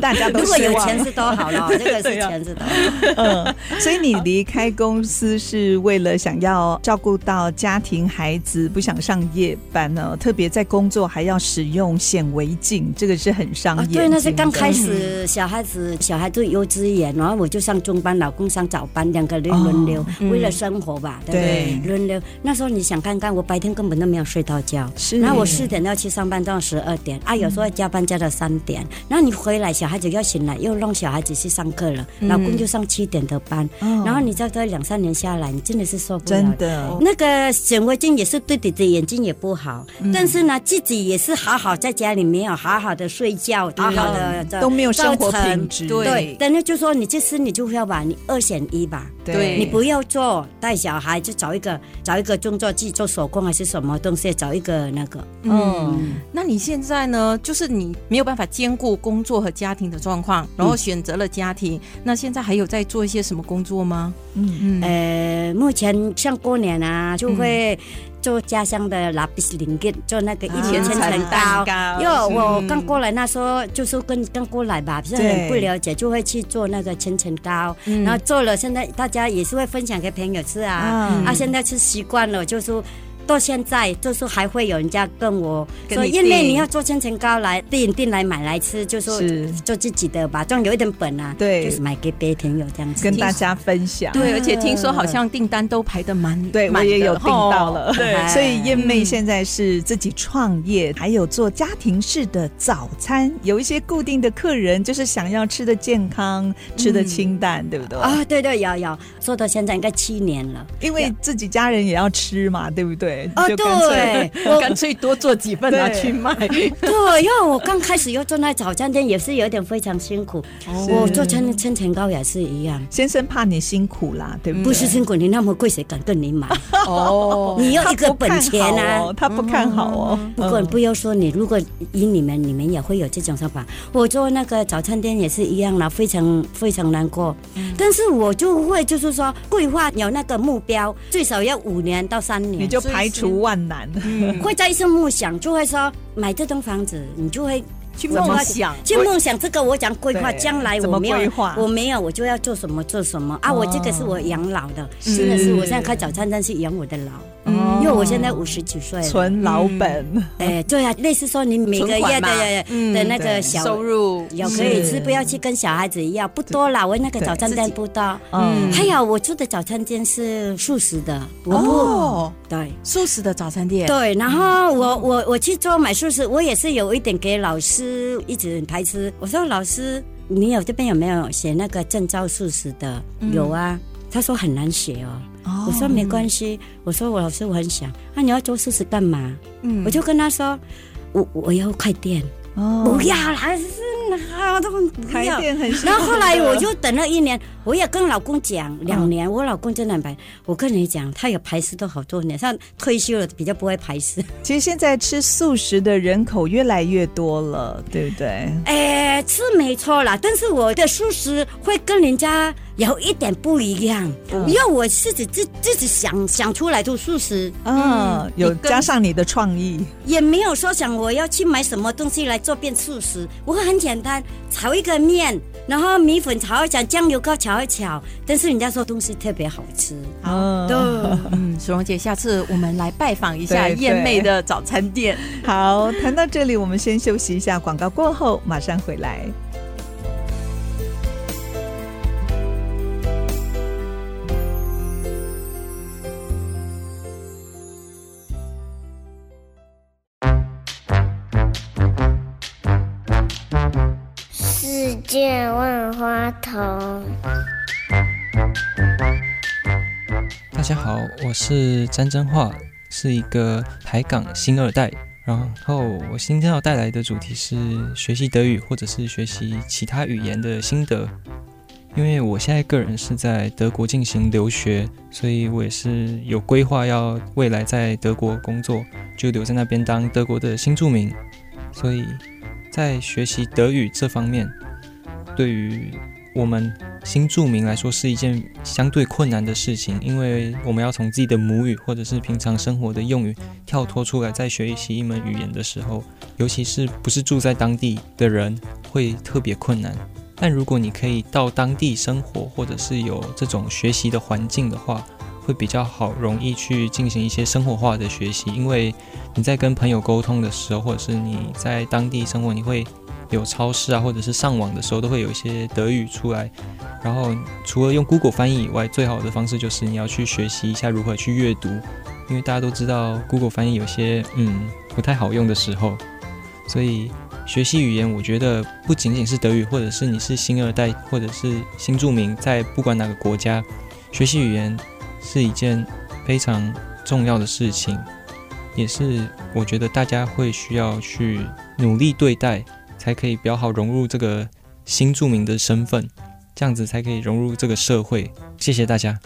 [SPEAKER 7] 大家都
[SPEAKER 6] 如果
[SPEAKER 7] 希
[SPEAKER 6] 有
[SPEAKER 7] 望
[SPEAKER 6] 钱是多好了，这个是
[SPEAKER 7] 对啊
[SPEAKER 6] 钱是多好。
[SPEAKER 7] 嗯，所以你离开公司是为了想要照顾到家庭孩子，不想上夜班呢、特别在工作还要使用显微镜，这个是很伤
[SPEAKER 6] 啊
[SPEAKER 7] 眼睛的、
[SPEAKER 6] 对，那是刚开始，小孩子小孩读幼稚园，然后我就上中班，老公上早班，两个人轮流，
[SPEAKER 7] 哦嗯
[SPEAKER 6] 为了生活吧，对不对？轮流。那时候你想看看，我白天根本都没有睡到觉，
[SPEAKER 7] 是嗯
[SPEAKER 6] 然后我四点要去上班，到十二点啊，有时候加班加到三点，然后你回来，小孩子要醒来，又弄小孩子去上课了，老公就上七点的班，
[SPEAKER 7] 嗯哦
[SPEAKER 6] 然后你再这两三年下来，你真的是受不了
[SPEAKER 7] 真
[SPEAKER 6] 了。
[SPEAKER 7] 的。
[SPEAKER 6] 那个显微镜也是对你的眼睛也不好，
[SPEAKER 7] 嗯
[SPEAKER 6] 但是呢，自己也是好好在家里没有好好的睡觉，好好的
[SPEAKER 7] 啊都没有生活品。
[SPEAKER 6] 造
[SPEAKER 7] 质，
[SPEAKER 6] 成
[SPEAKER 4] 对
[SPEAKER 6] 对，但是就说你这次你就要把你二选一吧，
[SPEAKER 4] 对
[SPEAKER 6] 你不要做带小孩，就找一个找一个工作，自己做手工还是什么东西，找一个那个。
[SPEAKER 7] 哦
[SPEAKER 4] 嗯，那你现在呢？就是你没有办法兼顾工作和家庭的状况，然后选择了家庭。那现在还有在做一些什么工作吗？
[SPEAKER 7] 嗯，
[SPEAKER 4] 嗯，
[SPEAKER 6] 呃，目前像过年啊，就会做家乡的拉比斯零件，做那个一年千层糕。
[SPEAKER 7] 糕
[SPEAKER 6] 因为我刚过来那时候，就是跟刚过来吧，比较
[SPEAKER 7] 对
[SPEAKER 6] 很不了解，就会去做那个千层糕，
[SPEAKER 4] 嗯
[SPEAKER 6] 然后做了，现在大家也是会分享给朋友吃啊。
[SPEAKER 7] 啊
[SPEAKER 6] 啊，现在吃习惯了，就是说到现在，就是还会有人家跟我
[SPEAKER 4] 跟
[SPEAKER 6] 说，
[SPEAKER 4] 你
[SPEAKER 6] 因为
[SPEAKER 4] 订
[SPEAKER 6] 你要做千层糕来订订来买来吃，就是说做自己的吧，这样有一点本啊，
[SPEAKER 7] 对
[SPEAKER 6] 就是买给别朋友这样子。
[SPEAKER 7] 跟大家分享。
[SPEAKER 4] 对，而且听说好像订单都排的蛮，
[SPEAKER 7] 对，我
[SPEAKER 4] 满的
[SPEAKER 7] 也有订到 了，
[SPEAKER 4] 吼
[SPEAKER 6] 哦对
[SPEAKER 7] 所以燕妹
[SPEAKER 4] 嗯
[SPEAKER 7] 现在是自己创业，还有做家庭式的早餐，有一些固定的客人，就是想要吃的健康，吃的清淡，对不对？
[SPEAKER 6] 啊、对对，有有，做到现在应该七年了。
[SPEAKER 7] 因为自己家人也要吃嘛，对不啊对？
[SPEAKER 6] 哦，
[SPEAKER 7] 就干脆
[SPEAKER 6] 对，我
[SPEAKER 4] 干脆多做几份拿
[SPEAKER 7] 对
[SPEAKER 4] 去 卖。
[SPEAKER 6] 对，因为我刚开始要做那早餐店也是有点非常辛苦，我做千千层糕也是一样。
[SPEAKER 7] 先生怕你辛苦啦，
[SPEAKER 4] 嗯
[SPEAKER 7] 对不对？
[SPEAKER 6] 不是辛苦，你那么贵，谁敢跟你买？
[SPEAKER 4] 哦，
[SPEAKER 6] 你要
[SPEAKER 7] 他
[SPEAKER 6] 一个
[SPEAKER 7] 不看
[SPEAKER 6] 本钱啊！嗯
[SPEAKER 7] 好哦，他不看好哦。
[SPEAKER 6] 不过不要说你，如果以你们，你们也会有这种想法。我做那个早餐店也是一样啦，非常非常难过。
[SPEAKER 7] 嗯
[SPEAKER 6] 但是我就会就是说，规划有那个目标，最少要五年到三年。
[SPEAKER 7] 你就排除万难，
[SPEAKER 6] 会在一梦想，就会说买这栋房子，你就会去
[SPEAKER 4] 怎
[SPEAKER 7] 啊
[SPEAKER 4] 么想？
[SPEAKER 6] 就梦想这个，我讲规划，
[SPEAKER 7] 对
[SPEAKER 6] 将来
[SPEAKER 7] 怎
[SPEAKER 6] 我
[SPEAKER 7] 么
[SPEAKER 6] 没有
[SPEAKER 7] 规划，
[SPEAKER 6] 我没有，我就要做什么做什么啊！
[SPEAKER 7] 哦
[SPEAKER 6] 我这个是我养老的，真的是我现在开早餐店是养我的老，因为我现在五十几岁了，
[SPEAKER 7] 嗯存老本，
[SPEAKER 6] 哎，对啊，类似说你每个月
[SPEAKER 8] 存款嘛
[SPEAKER 6] 的
[SPEAKER 8] 嗯
[SPEAKER 6] 的那
[SPEAKER 7] 对
[SPEAKER 6] 个小
[SPEAKER 8] 收入
[SPEAKER 6] 有可以吃，
[SPEAKER 7] 是
[SPEAKER 6] 不要去跟小孩子一样，不多啦。我那个
[SPEAKER 7] 对
[SPEAKER 6] 早餐店不多，
[SPEAKER 7] 嗯，
[SPEAKER 6] 还有我住的早餐店是素食的，我不、
[SPEAKER 8] 哦，
[SPEAKER 6] 对。
[SPEAKER 8] 素食的早餐店，
[SPEAKER 6] 对，然后我我我去做买素食，我也是有一点给老师一直很排斥。我说老师，你有这边有没有写那个证照素食的？有啊，他说很难写哦。我说没关系，我说我老师我很想，那、你要做素食干嘛？
[SPEAKER 8] 嗯
[SPEAKER 6] 我就跟他说，我我要快店，
[SPEAKER 7] 哦
[SPEAKER 6] 不，要啦，是那都不
[SPEAKER 7] 开
[SPEAKER 6] 要。
[SPEAKER 7] 店很辛苦的
[SPEAKER 6] 然后后来我就等了一年，我也跟老公讲两年，我老公真的很排。我跟你讲，他有排斥都好多年，他退休了比较不会排斥。
[SPEAKER 7] 其实现在吃素食的人口越来越多了，对不对？
[SPEAKER 6] 哎，是没错啦，但是我的素食会跟人家有一点不一样，因为我自己自自己想想出来做素食，
[SPEAKER 7] 嗯，有
[SPEAKER 8] 你跟
[SPEAKER 7] 加上你的创意，
[SPEAKER 6] 也没有说想我要去买什么东西来做变素食，我很简单，炒一个面，然后米粉炒一炒，酱油膏炒一炒，但是人家说东西特别好 吃，
[SPEAKER 7] 嗯，
[SPEAKER 8] 嗯，苏荣姐，下次我们来拜访一下
[SPEAKER 7] 对对
[SPEAKER 8] 燕妹的早餐店。
[SPEAKER 7] 好，谈到这里，我们先休息一下，广告过后马上回来。
[SPEAKER 9] 世界万花筒。
[SPEAKER 4] 大家好，我是詹真画，是一个台港新二代。然后我今天要带来的主题是学习德语或者是学习其他语言的心得。因为我现在个人是在德国进行留学，所以我也是有规划要未来在德国工作，就留在那边当德国的新住民。所以在学习德语这方面，对于我们新住民来说是一件相对困难的事情，因为我们要从自己的母语或者是平常生活的用语跳脱出来，在学习一门语言的时候，尤其是不是住在当地的人，会特别困难。但如果你可以到当地生活，或者是有这种学习的环境的话，会比较好，容易去进行一些生活化的学习。因为你在跟朋友沟通的时候，或者是你在当地生活，你会有超市啊，或者是上网的时候，都会有一些德语出来。然后除了用 Google 翻译以外，最好的方式就是你要去学习一下如何去阅读，因为大家都知道 Google 翻译有些嗯不太好用的时候，所以学习语言，我觉得不仅仅是德语，或者是你是新二代，或者是新住民，在不管哪个国家，学习语言是一件非常重要的事情，也是我觉得大家会需要去努力对待，才可以比较好融入这个新住民的身份。这样子才可以融入这个社会。谢谢大家。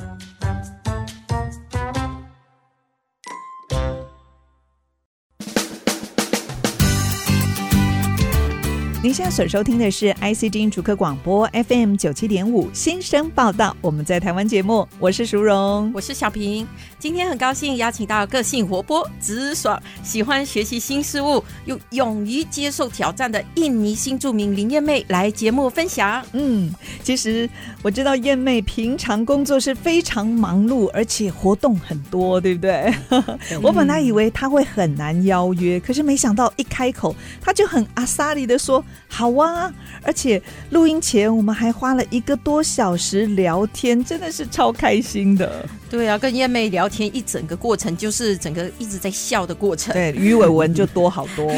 [SPEAKER 7] 您现在所收听的是 IC 之音主客广播 FM 九七点五新生报道，我们在台湾节目，我是淑荣。
[SPEAKER 8] 我是小平，今天很高兴邀请到个性活泼、哦直爽、喜欢学习新事物又勇于接受挑战的印尼新著名林燕妹来节目分享。
[SPEAKER 7] 嗯，其实我知道燕妹平常工作是非常忙碌，而且活动很多，对不对？
[SPEAKER 4] 嗯
[SPEAKER 7] 我本来以为她会很难邀约，可是没想到一开口，她就很阿萨里的说好啊！而且录音前我们还花了一个多小时聊天，真的是超开心的。
[SPEAKER 8] 对啊，跟燕妹聊天一整个过程就是整个一直在笑的过程。
[SPEAKER 7] 对，鱼尾纹就多好多，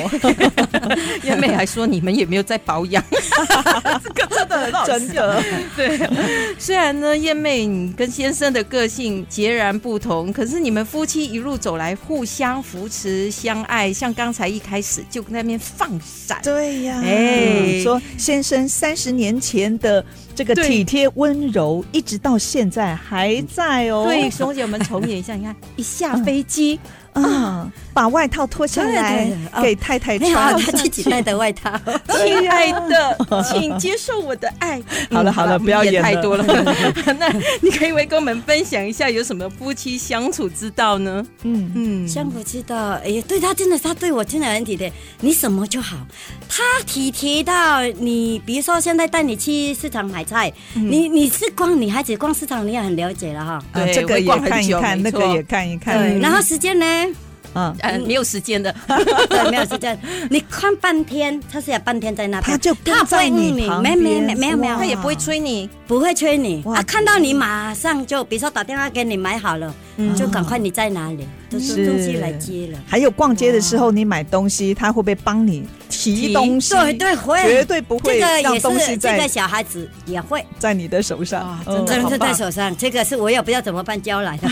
[SPEAKER 8] 燕妹还说你们也没有在保养。
[SPEAKER 7] 真的。
[SPEAKER 8] 对， 虽然呢，燕妹你跟先生的个性截然不同，可是你们夫妻一路走来，互相扶持、相爱，像刚才一开始就在那边放闪。
[SPEAKER 7] 对呀、
[SPEAKER 8] 哎
[SPEAKER 7] 说先生三十年前的这个
[SPEAKER 8] 对
[SPEAKER 7] 体贴温柔，一直到现在还在哦。
[SPEAKER 8] 对，熊姐，我们重演一下，你看，一下飞机，
[SPEAKER 7] 啊，把外套脱下来
[SPEAKER 6] 对对对哦
[SPEAKER 7] 给太太
[SPEAKER 6] 你好，
[SPEAKER 7] 穿。
[SPEAKER 6] 他自己带的外套，
[SPEAKER 10] 亲爱的，请接受我的爱。
[SPEAKER 7] 哎 好了好了
[SPEAKER 4] 我们
[SPEAKER 7] 不要
[SPEAKER 4] 演
[SPEAKER 7] 演
[SPEAKER 4] 太
[SPEAKER 7] 了
[SPEAKER 4] 嗯多了。 那你可以为跟我们分享一下有什么夫妻相处之道呢？
[SPEAKER 7] 嗯，
[SPEAKER 4] 嗯，
[SPEAKER 6] 相互知道。哎呀，对他真的，他对我真的很体贴，你什么就好。他体贴到你，比如说现在带你去市场买菜，
[SPEAKER 7] 嗯
[SPEAKER 6] 你你是逛女孩子逛市场，你也很了解了哈。
[SPEAKER 7] 啊
[SPEAKER 4] 对
[SPEAKER 7] 这个
[SPEAKER 4] 会
[SPEAKER 7] 也
[SPEAKER 4] 逛很
[SPEAKER 7] 看一
[SPEAKER 4] 久
[SPEAKER 7] 看，
[SPEAKER 4] 没
[SPEAKER 7] 那
[SPEAKER 4] 错
[SPEAKER 7] 个也看一
[SPEAKER 6] 对，
[SPEAKER 7] 看。
[SPEAKER 6] 然后时间呢？
[SPEAKER 7] 嗯，
[SPEAKER 4] 呃，没有时间的，
[SPEAKER 6] 对，没有时间。你看半天，他是有半天在那边，
[SPEAKER 7] 他就跟在你旁边，
[SPEAKER 6] 没没没没有没有
[SPEAKER 7] 哇
[SPEAKER 4] 他也不会催你。
[SPEAKER 6] 不会催你
[SPEAKER 7] 哇
[SPEAKER 6] 啊，看到你马上就，比如说打电话给你买好了，就赶快你在哪里，都
[SPEAKER 7] 嗯是
[SPEAKER 6] 是东西来接了。
[SPEAKER 7] 还有逛街的时候，你买东西，他会不会帮你提
[SPEAKER 4] 提
[SPEAKER 7] 东西？
[SPEAKER 6] 对对会，
[SPEAKER 7] 绝对不会
[SPEAKER 6] 这个
[SPEAKER 7] 让
[SPEAKER 6] 也
[SPEAKER 7] 东
[SPEAKER 6] 是
[SPEAKER 7] 西
[SPEAKER 6] 这个
[SPEAKER 7] 在
[SPEAKER 6] 小孩子也会，
[SPEAKER 7] 在你的手上
[SPEAKER 4] 哇，
[SPEAKER 7] 嗯
[SPEAKER 4] 真的
[SPEAKER 6] 真
[SPEAKER 4] 好
[SPEAKER 6] 是
[SPEAKER 4] 棒
[SPEAKER 6] 在手上。这个是我也不知道怎么办教来的。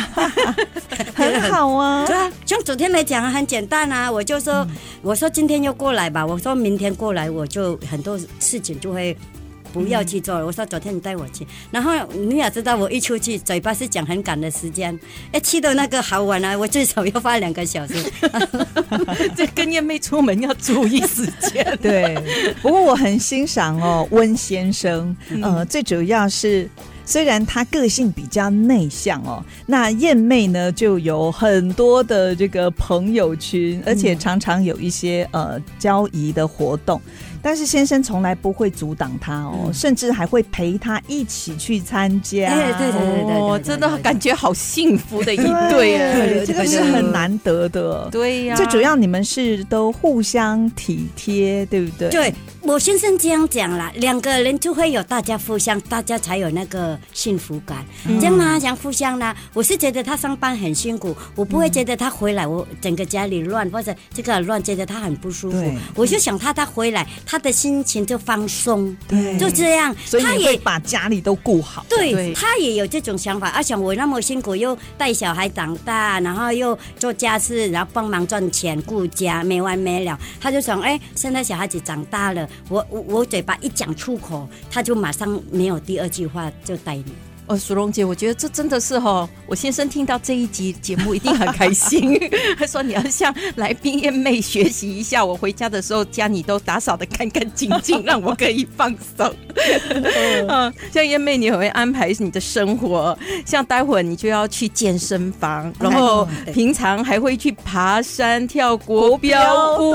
[SPEAKER 7] 很好啊。
[SPEAKER 6] 对。啊，像昨天来讲啊很简单啊，我就说，我说今天就过来吧，我说明天过来，我就很多事情就会。不要去做了，我说昨天你带我去，然后你也知道我一出去，嘴巴是讲很赶的时间，哎，去到那个好玩啊，我最少要花两个小时，
[SPEAKER 4] 这跟燕妹出门要注意时间
[SPEAKER 7] 对，不过我很欣赏哦，温先生。
[SPEAKER 6] 嗯
[SPEAKER 7] 呃，最主要是虽然他个性比较内向哦，那燕妹呢就有很多的这个朋友群，而且常常有一些呃交谊的活动。但是先生从来不会阻挡他哦，甚至还会陪他一起去参加。
[SPEAKER 6] 嗯哎对对对对
[SPEAKER 4] 哦，真的感觉好幸福的一对
[SPEAKER 7] 对啊
[SPEAKER 4] 啊！
[SPEAKER 7] 这个是很难得的。
[SPEAKER 4] 对呀，
[SPEAKER 7] 最主要你们是都互相体贴，对不对？
[SPEAKER 6] 对我先生这样讲啦，两个人就会有大家互相，大家才有那个幸福感。
[SPEAKER 7] 嗯
[SPEAKER 6] 这样啊，讲互相啦，我是觉得他上班很辛苦，我不会觉得他回来我整个家里乱或者这个很乱，觉得他很不舒服
[SPEAKER 7] 对。
[SPEAKER 6] 我就想他他回来，他的心情就放松，
[SPEAKER 7] 对
[SPEAKER 6] 就这样
[SPEAKER 7] 所，以
[SPEAKER 6] 他
[SPEAKER 7] 你会
[SPEAKER 6] 也。
[SPEAKER 7] 把家里都顾好。
[SPEAKER 4] 对
[SPEAKER 6] 对他也有这种想法，而且我那么辛苦，又带小孩长大，然后又做家事，然后帮忙赚钱顾家，没完没了。他就想，哎，现在小孩子长大了，我我我嘴巴一讲出口，他就马上没有第二句话就带你。
[SPEAKER 4] 哦，苏荣姐，我觉得这真的是哦，我先生听到这一集节目一定很开心。他说你要向来宾燕妹学习一下，我回家的时候家里都打扫的干干净净，让我可以放松。 嗯，像燕妹，你很会安排你的生活，像待会儿你就要去健身房，然后
[SPEAKER 6] 对
[SPEAKER 4] 平常还会去爬山、跳国标舞。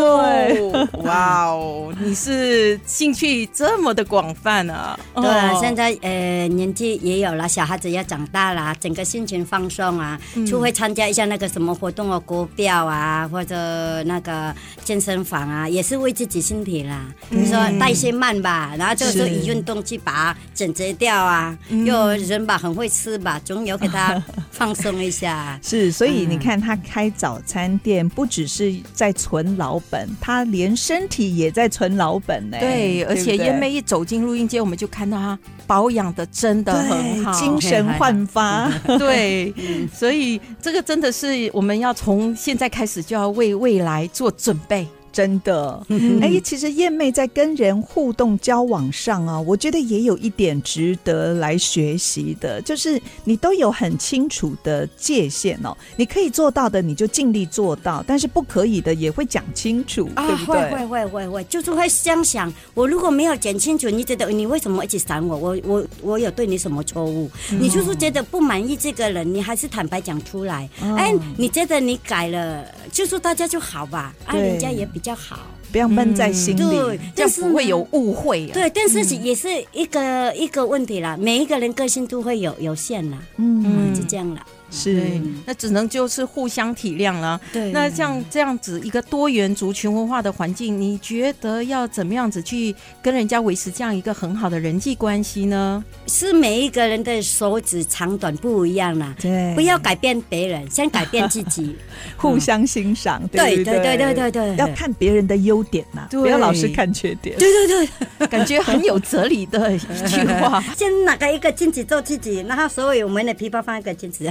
[SPEAKER 4] 哇哦，你是兴趣这么的广泛啊！
[SPEAKER 6] 对啊，
[SPEAKER 4] 哦
[SPEAKER 6] 现在呃年纪也有了，小孩子要长大啦，整个心情放松啊，就会参加一下那个什么活动哦，国标啊，或者那个健身房啊，也是为自己身体啦。你说代谢慢吧，然后就是以运动去把它整洁掉啊。又人吧很会吃吧，总有给他放松一下。
[SPEAKER 7] 是，所以你
[SPEAKER 4] 嗯
[SPEAKER 7] 看，他开早餐店不只是在存老本，他连身体也在存老本呢、
[SPEAKER 4] 对，而且
[SPEAKER 7] 不哎对
[SPEAKER 4] 燕妹一走进录音间，我们就看到她保养的真的很
[SPEAKER 7] 对
[SPEAKER 4] 好，
[SPEAKER 7] 精神焕发，
[SPEAKER 4] 对，所以这个真的是我们要从现在开始就要为未来做准备。
[SPEAKER 7] 真的。 哎、其实燕妹在跟人互动交往上啊，我觉得也有一点值得来学习的，就是你都有很清楚的界限哦，你可以做到的你就尽力做到，但是不可以的也会讲清楚，
[SPEAKER 4] 啊
[SPEAKER 7] 对不对？
[SPEAKER 6] 会会会会会，就是会这样想。我如果没有讲清楚，你觉得你为什么一直闪我？我我我有对你什么错误？
[SPEAKER 4] 嗯
[SPEAKER 6] 你就是觉得不满意这个人，你还是坦白讲出来。
[SPEAKER 4] 嗯
[SPEAKER 6] 哎、你觉得你改了，就说大家就好吧，爱、
[SPEAKER 7] 对
[SPEAKER 6] 人家也比较好。
[SPEAKER 7] 不要闷
[SPEAKER 4] 嗯
[SPEAKER 7] 在心里。
[SPEAKER 6] 对，
[SPEAKER 4] 这
[SPEAKER 6] 但
[SPEAKER 4] 样
[SPEAKER 6] 是
[SPEAKER 4] 不会
[SPEAKER 6] 呢
[SPEAKER 4] 有误会、啊。，
[SPEAKER 6] 对，但是也是一个、一个问题啦。每一个人个性都会有有限啦，啊
[SPEAKER 7] 嗯，
[SPEAKER 6] 就这样啦。
[SPEAKER 7] 是
[SPEAKER 4] 对，
[SPEAKER 7] 嗯
[SPEAKER 4] 那只能就是互相体谅了。
[SPEAKER 6] 对
[SPEAKER 4] 那像这样子一个多元族群文化的环境，你觉得要怎么样子去跟人家维持这样一个很好的人际关系呢？
[SPEAKER 6] 是每一个人的手指长短不一样啦。
[SPEAKER 7] 对，
[SPEAKER 6] 不要改变别人，先改变自己。
[SPEAKER 7] 互相欣赏，
[SPEAKER 6] 对对
[SPEAKER 7] 不
[SPEAKER 6] 对对对对，
[SPEAKER 7] 要看别人的优点
[SPEAKER 3] 啊
[SPEAKER 7] 呐，
[SPEAKER 4] 对
[SPEAKER 7] 不要老是看缺点。
[SPEAKER 6] 对对对，
[SPEAKER 4] 感觉很有哲理的 一句话。
[SPEAKER 6] 先拿开一个镜子做自己，然后所有我们的皮包放一个镜子，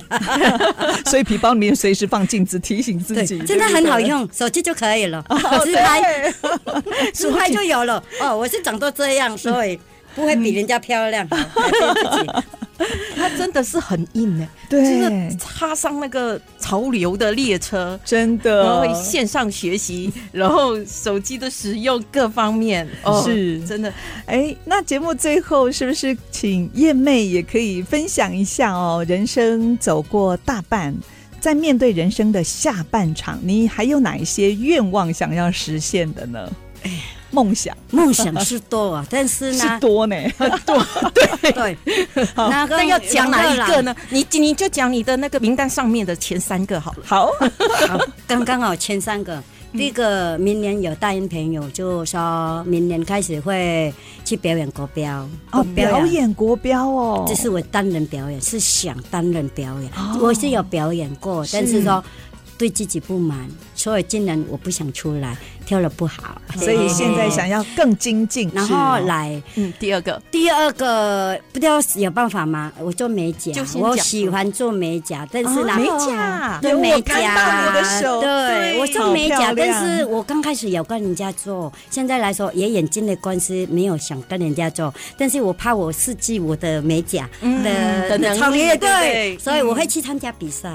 [SPEAKER 7] 所以皮包里面随时放镜子， 提醒自己，
[SPEAKER 6] 真的很好用，手机就可以了， 自拍，自拍就有了。哦，我是长到这样，所以不会比人家漂亮，改变自己。
[SPEAKER 4] 它真的是很硬哎、
[SPEAKER 7] 对
[SPEAKER 4] 就是插上那个潮流的列车，
[SPEAKER 3] 真的，
[SPEAKER 4] 然后线上学习，然后手机的使用各方面，哦，
[SPEAKER 3] 是
[SPEAKER 4] 真的。
[SPEAKER 3] 哎，那节目最后是不是请燕妹也可以分享一下哦？人生走过大半，在面对人生的下半场，你还有哪一些愿望想要实现的呢？
[SPEAKER 7] 哎
[SPEAKER 3] 梦想，
[SPEAKER 6] 梦想是多啊，但是
[SPEAKER 3] 是
[SPEAKER 6] 呢，
[SPEAKER 3] 多呢，
[SPEAKER 6] 对，那
[SPEAKER 4] 那
[SPEAKER 6] 个
[SPEAKER 4] 要讲哪一个
[SPEAKER 6] 个？
[SPEAKER 4] 呢？你你就讲你的那个名单上面的前三个好了。
[SPEAKER 3] 好，
[SPEAKER 6] 好刚刚好前三个。第一个，明年有大英朋友就说明年开始会去表演国标，
[SPEAKER 3] 哦
[SPEAKER 6] 国，标
[SPEAKER 3] 表
[SPEAKER 6] 呀
[SPEAKER 3] 演国标哦，
[SPEAKER 6] 啊这是我单人表演，是想单人表演。我是有表演过，但是说对自己不满，所以竟然我不想出来，跳的不好。
[SPEAKER 3] 所以现在想要更精进，
[SPEAKER 6] 然
[SPEAKER 3] 是
[SPEAKER 6] 后
[SPEAKER 3] 哦
[SPEAKER 6] 来
[SPEAKER 4] 嗯，第二个
[SPEAKER 6] 第二个，不知道有办法吗？我做美甲
[SPEAKER 4] 就，先讲
[SPEAKER 6] 我喜欢做美甲，但是呢，
[SPEAKER 4] 美甲，
[SPEAKER 6] 对
[SPEAKER 3] 有
[SPEAKER 6] 美
[SPEAKER 3] 我看到
[SPEAKER 6] 甲，
[SPEAKER 3] 你的手对
[SPEAKER 6] 对，我做美
[SPEAKER 3] 好漂
[SPEAKER 6] 甲，
[SPEAKER 3] 亮
[SPEAKER 6] 但是我刚开始有跟人家做，现在来说也眼睛的官司没有想跟人家做，但是我怕我失去我的美甲
[SPEAKER 4] 嗯
[SPEAKER 6] 的
[SPEAKER 4] 的能
[SPEAKER 6] 的
[SPEAKER 4] 力
[SPEAKER 6] 创
[SPEAKER 4] 对
[SPEAKER 6] 业，
[SPEAKER 4] 不对
[SPEAKER 6] 对，所以我会去参加比赛。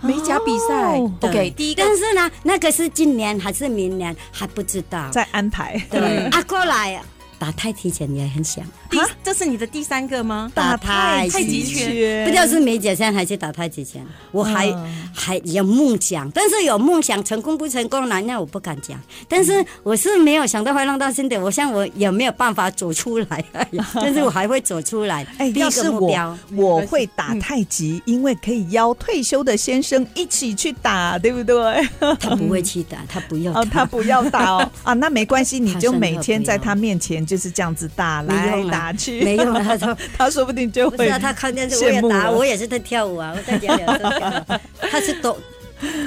[SPEAKER 4] 美甲比赛
[SPEAKER 3] 哦。
[SPEAKER 4] OK，
[SPEAKER 6] 对
[SPEAKER 4] 第一个
[SPEAKER 6] 但是呢，那个是今年还是明年还不知道。
[SPEAKER 3] 再安排
[SPEAKER 6] 对，啊，过来打太极拳也很想，
[SPEAKER 4] 第这是你的第三个吗？
[SPEAKER 6] 打太
[SPEAKER 4] 太极拳
[SPEAKER 6] 不知道是梅姐现在还是打太极拳，我还、
[SPEAKER 3] 嗯
[SPEAKER 6] 还有梦想，但是有梦想成功不成功呢？那我不敢讲。但是我是没有想到会让到现在，我想我也没有办法走出来，哎 但是我还会走出来。
[SPEAKER 3] 哎，
[SPEAKER 6] 第一
[SPEAKER 3] 要是
[SPEAKER 6] 个目
[SPEAKER 3] 我
[SPEAKER 6] 标，嗯
[SPEAKER 3] 我会打太极，因为可以邀退休的先生一起去打，对 不对？
[SPEAKER 6] 他不 会去打，他不要
[SPEAKER 3] 哦，他
[SPEAKER 6] 打。
[SPEAKER 3] 不要打 哦，啊，那没关系，你
[SPEAKER 6] 他
[SPEAKER 3] 就
[SPEAKER 6] 真的
[SPEAKER 3] 每天
[SPEAKER 6] 不
[SPEAKER 3] 在
[SPEAKER 6] 要
[SPEAKER 3] 他面前就是这样子打
[SPEAKER 6] 没
[SPEAKER 3] 来
[SPEAKER 6] 用啊
[SPEAKER 3] 打去，
[SPEAKER 6] 没用啊他说
[SPEAKER 3] 他说不定就
[SPEAKER 6] 不是
[SPEAKER 3] 会
[SPEAKER 6] 啊， 他看电视我
[SPEAKER 3] 羡
[SPEAKER 6] 也
[SPEAKER 3] 慕
[SPEAKER 6] 打，
[SPEAKER 3] 了
[SPEAKER 6] 我也是在跳舞啊，我在家里也是跳舞。他是躲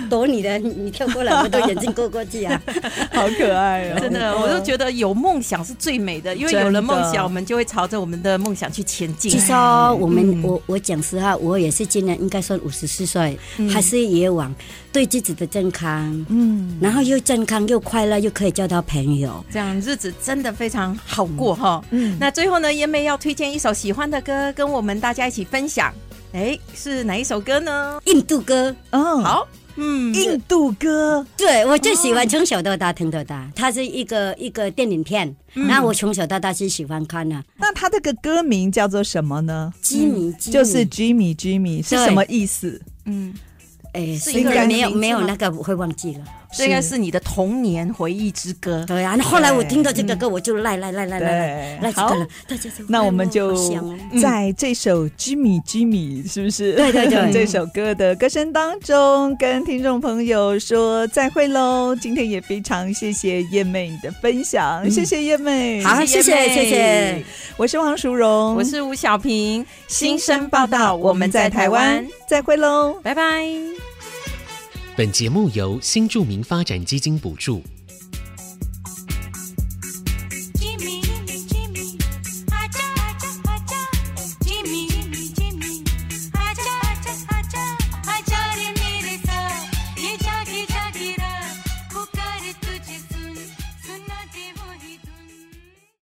[SPEAKER 6] 躲你的，你你跳过来，我都眼睛过过去啊。
[SPEAKER 3] 好可爱 哦，
[SPEAKER 4] 真的，我都觉得有梦想是最美的，因为
[SPEAKER 3] 真的
[SPEAKER 4] 有了梦想，我们就会朝着我们的梦想去前进
[SPEAKER 6] 其。实哦我们、我我讲实话，我也是今年应该算五十四岁，还是也往对自己的健康，嗯，然后又健康又快乐，又可以交到朋友。
[SPEAKER 4] 这样日子真的非常好过哈。嗯，那最后呢，燕妹要推荐一首喜欢的歌，跟我们大家一起分享。哎，是哪一首歌呢？
[SPEAKER 6] 印度歌，
[SPEAKER 3] 嗯，
[SPEAKER 4] 好，嗯，
[SPEAKER 3] 印度歌
[SPEAKER 6] 对我最喜欢从小到大听到大，它是一个一个电影片，那、我从小到大是喜欢看的、
[SPEAKER 3] 那他这个歌名叫做什么呢？
[SPEAKER 6] 基米，基米
[SPEAKER 3] 就是 Jimmy Jimmy 是
[SPEAKER 6] 对
[SPEAKER 3] 什么意思？
[SPEAKER 6] 哎，
[SPEAKER 4] 是
[SPEAKER 6] 是
[SPEAKER 4] 一
[SPEAKER 6] 一
[SPEAKER 4] 个
[SPEAKER 6] 个
[SPEAKER 4] 人
[SPEAKER 6] 没有
[SPEAKER 4] 名字
[SPEAKER 6] 没有
[SPEAKER 4] 吗
[SPEAKER 6] 那个我会忘记了。
[SPEAKER 4] 这应该是你的童年回忆之歌。
[SPEAKER 6] 对啊，那后来我听到这个歌，我就赖赖赖赖赖
[SPEAKER 3] 对
[SPEAKER 6] 赖这
[SPEAKER 3] 好
[SPEAKER 6] 个了，大家就
[SPEAKER 3] 那我们
[SPEAKER 6] 哎
[SPEAKER 3] 就
[SPEAKER 6] 好香哦
[SPEAKER 3] 在这首《Jimmy Jimmy》是不是？
[SPEAKER 6] 对对对
[SPEAKER 3] 这首歌的歌声当中，跟听众朋友说再会喽。今天也非常谢谢燕妹你的分
[SPEAKER 4] 嗯
[SPEAKER 3] 享，谢谢燕妹。
[SPEAKER 6] 好，谢谢谢谢。
[SPEAKER 3] 我是王淑荣，
[SPEAKER 4] 我是吴小平，新生报道，我们在台湾，，
[SPEAKER 3] 再会喽。
[SPEAKER 4] 拜拜。
[SPEAKER 5] 本节目由新住民发展基金补助，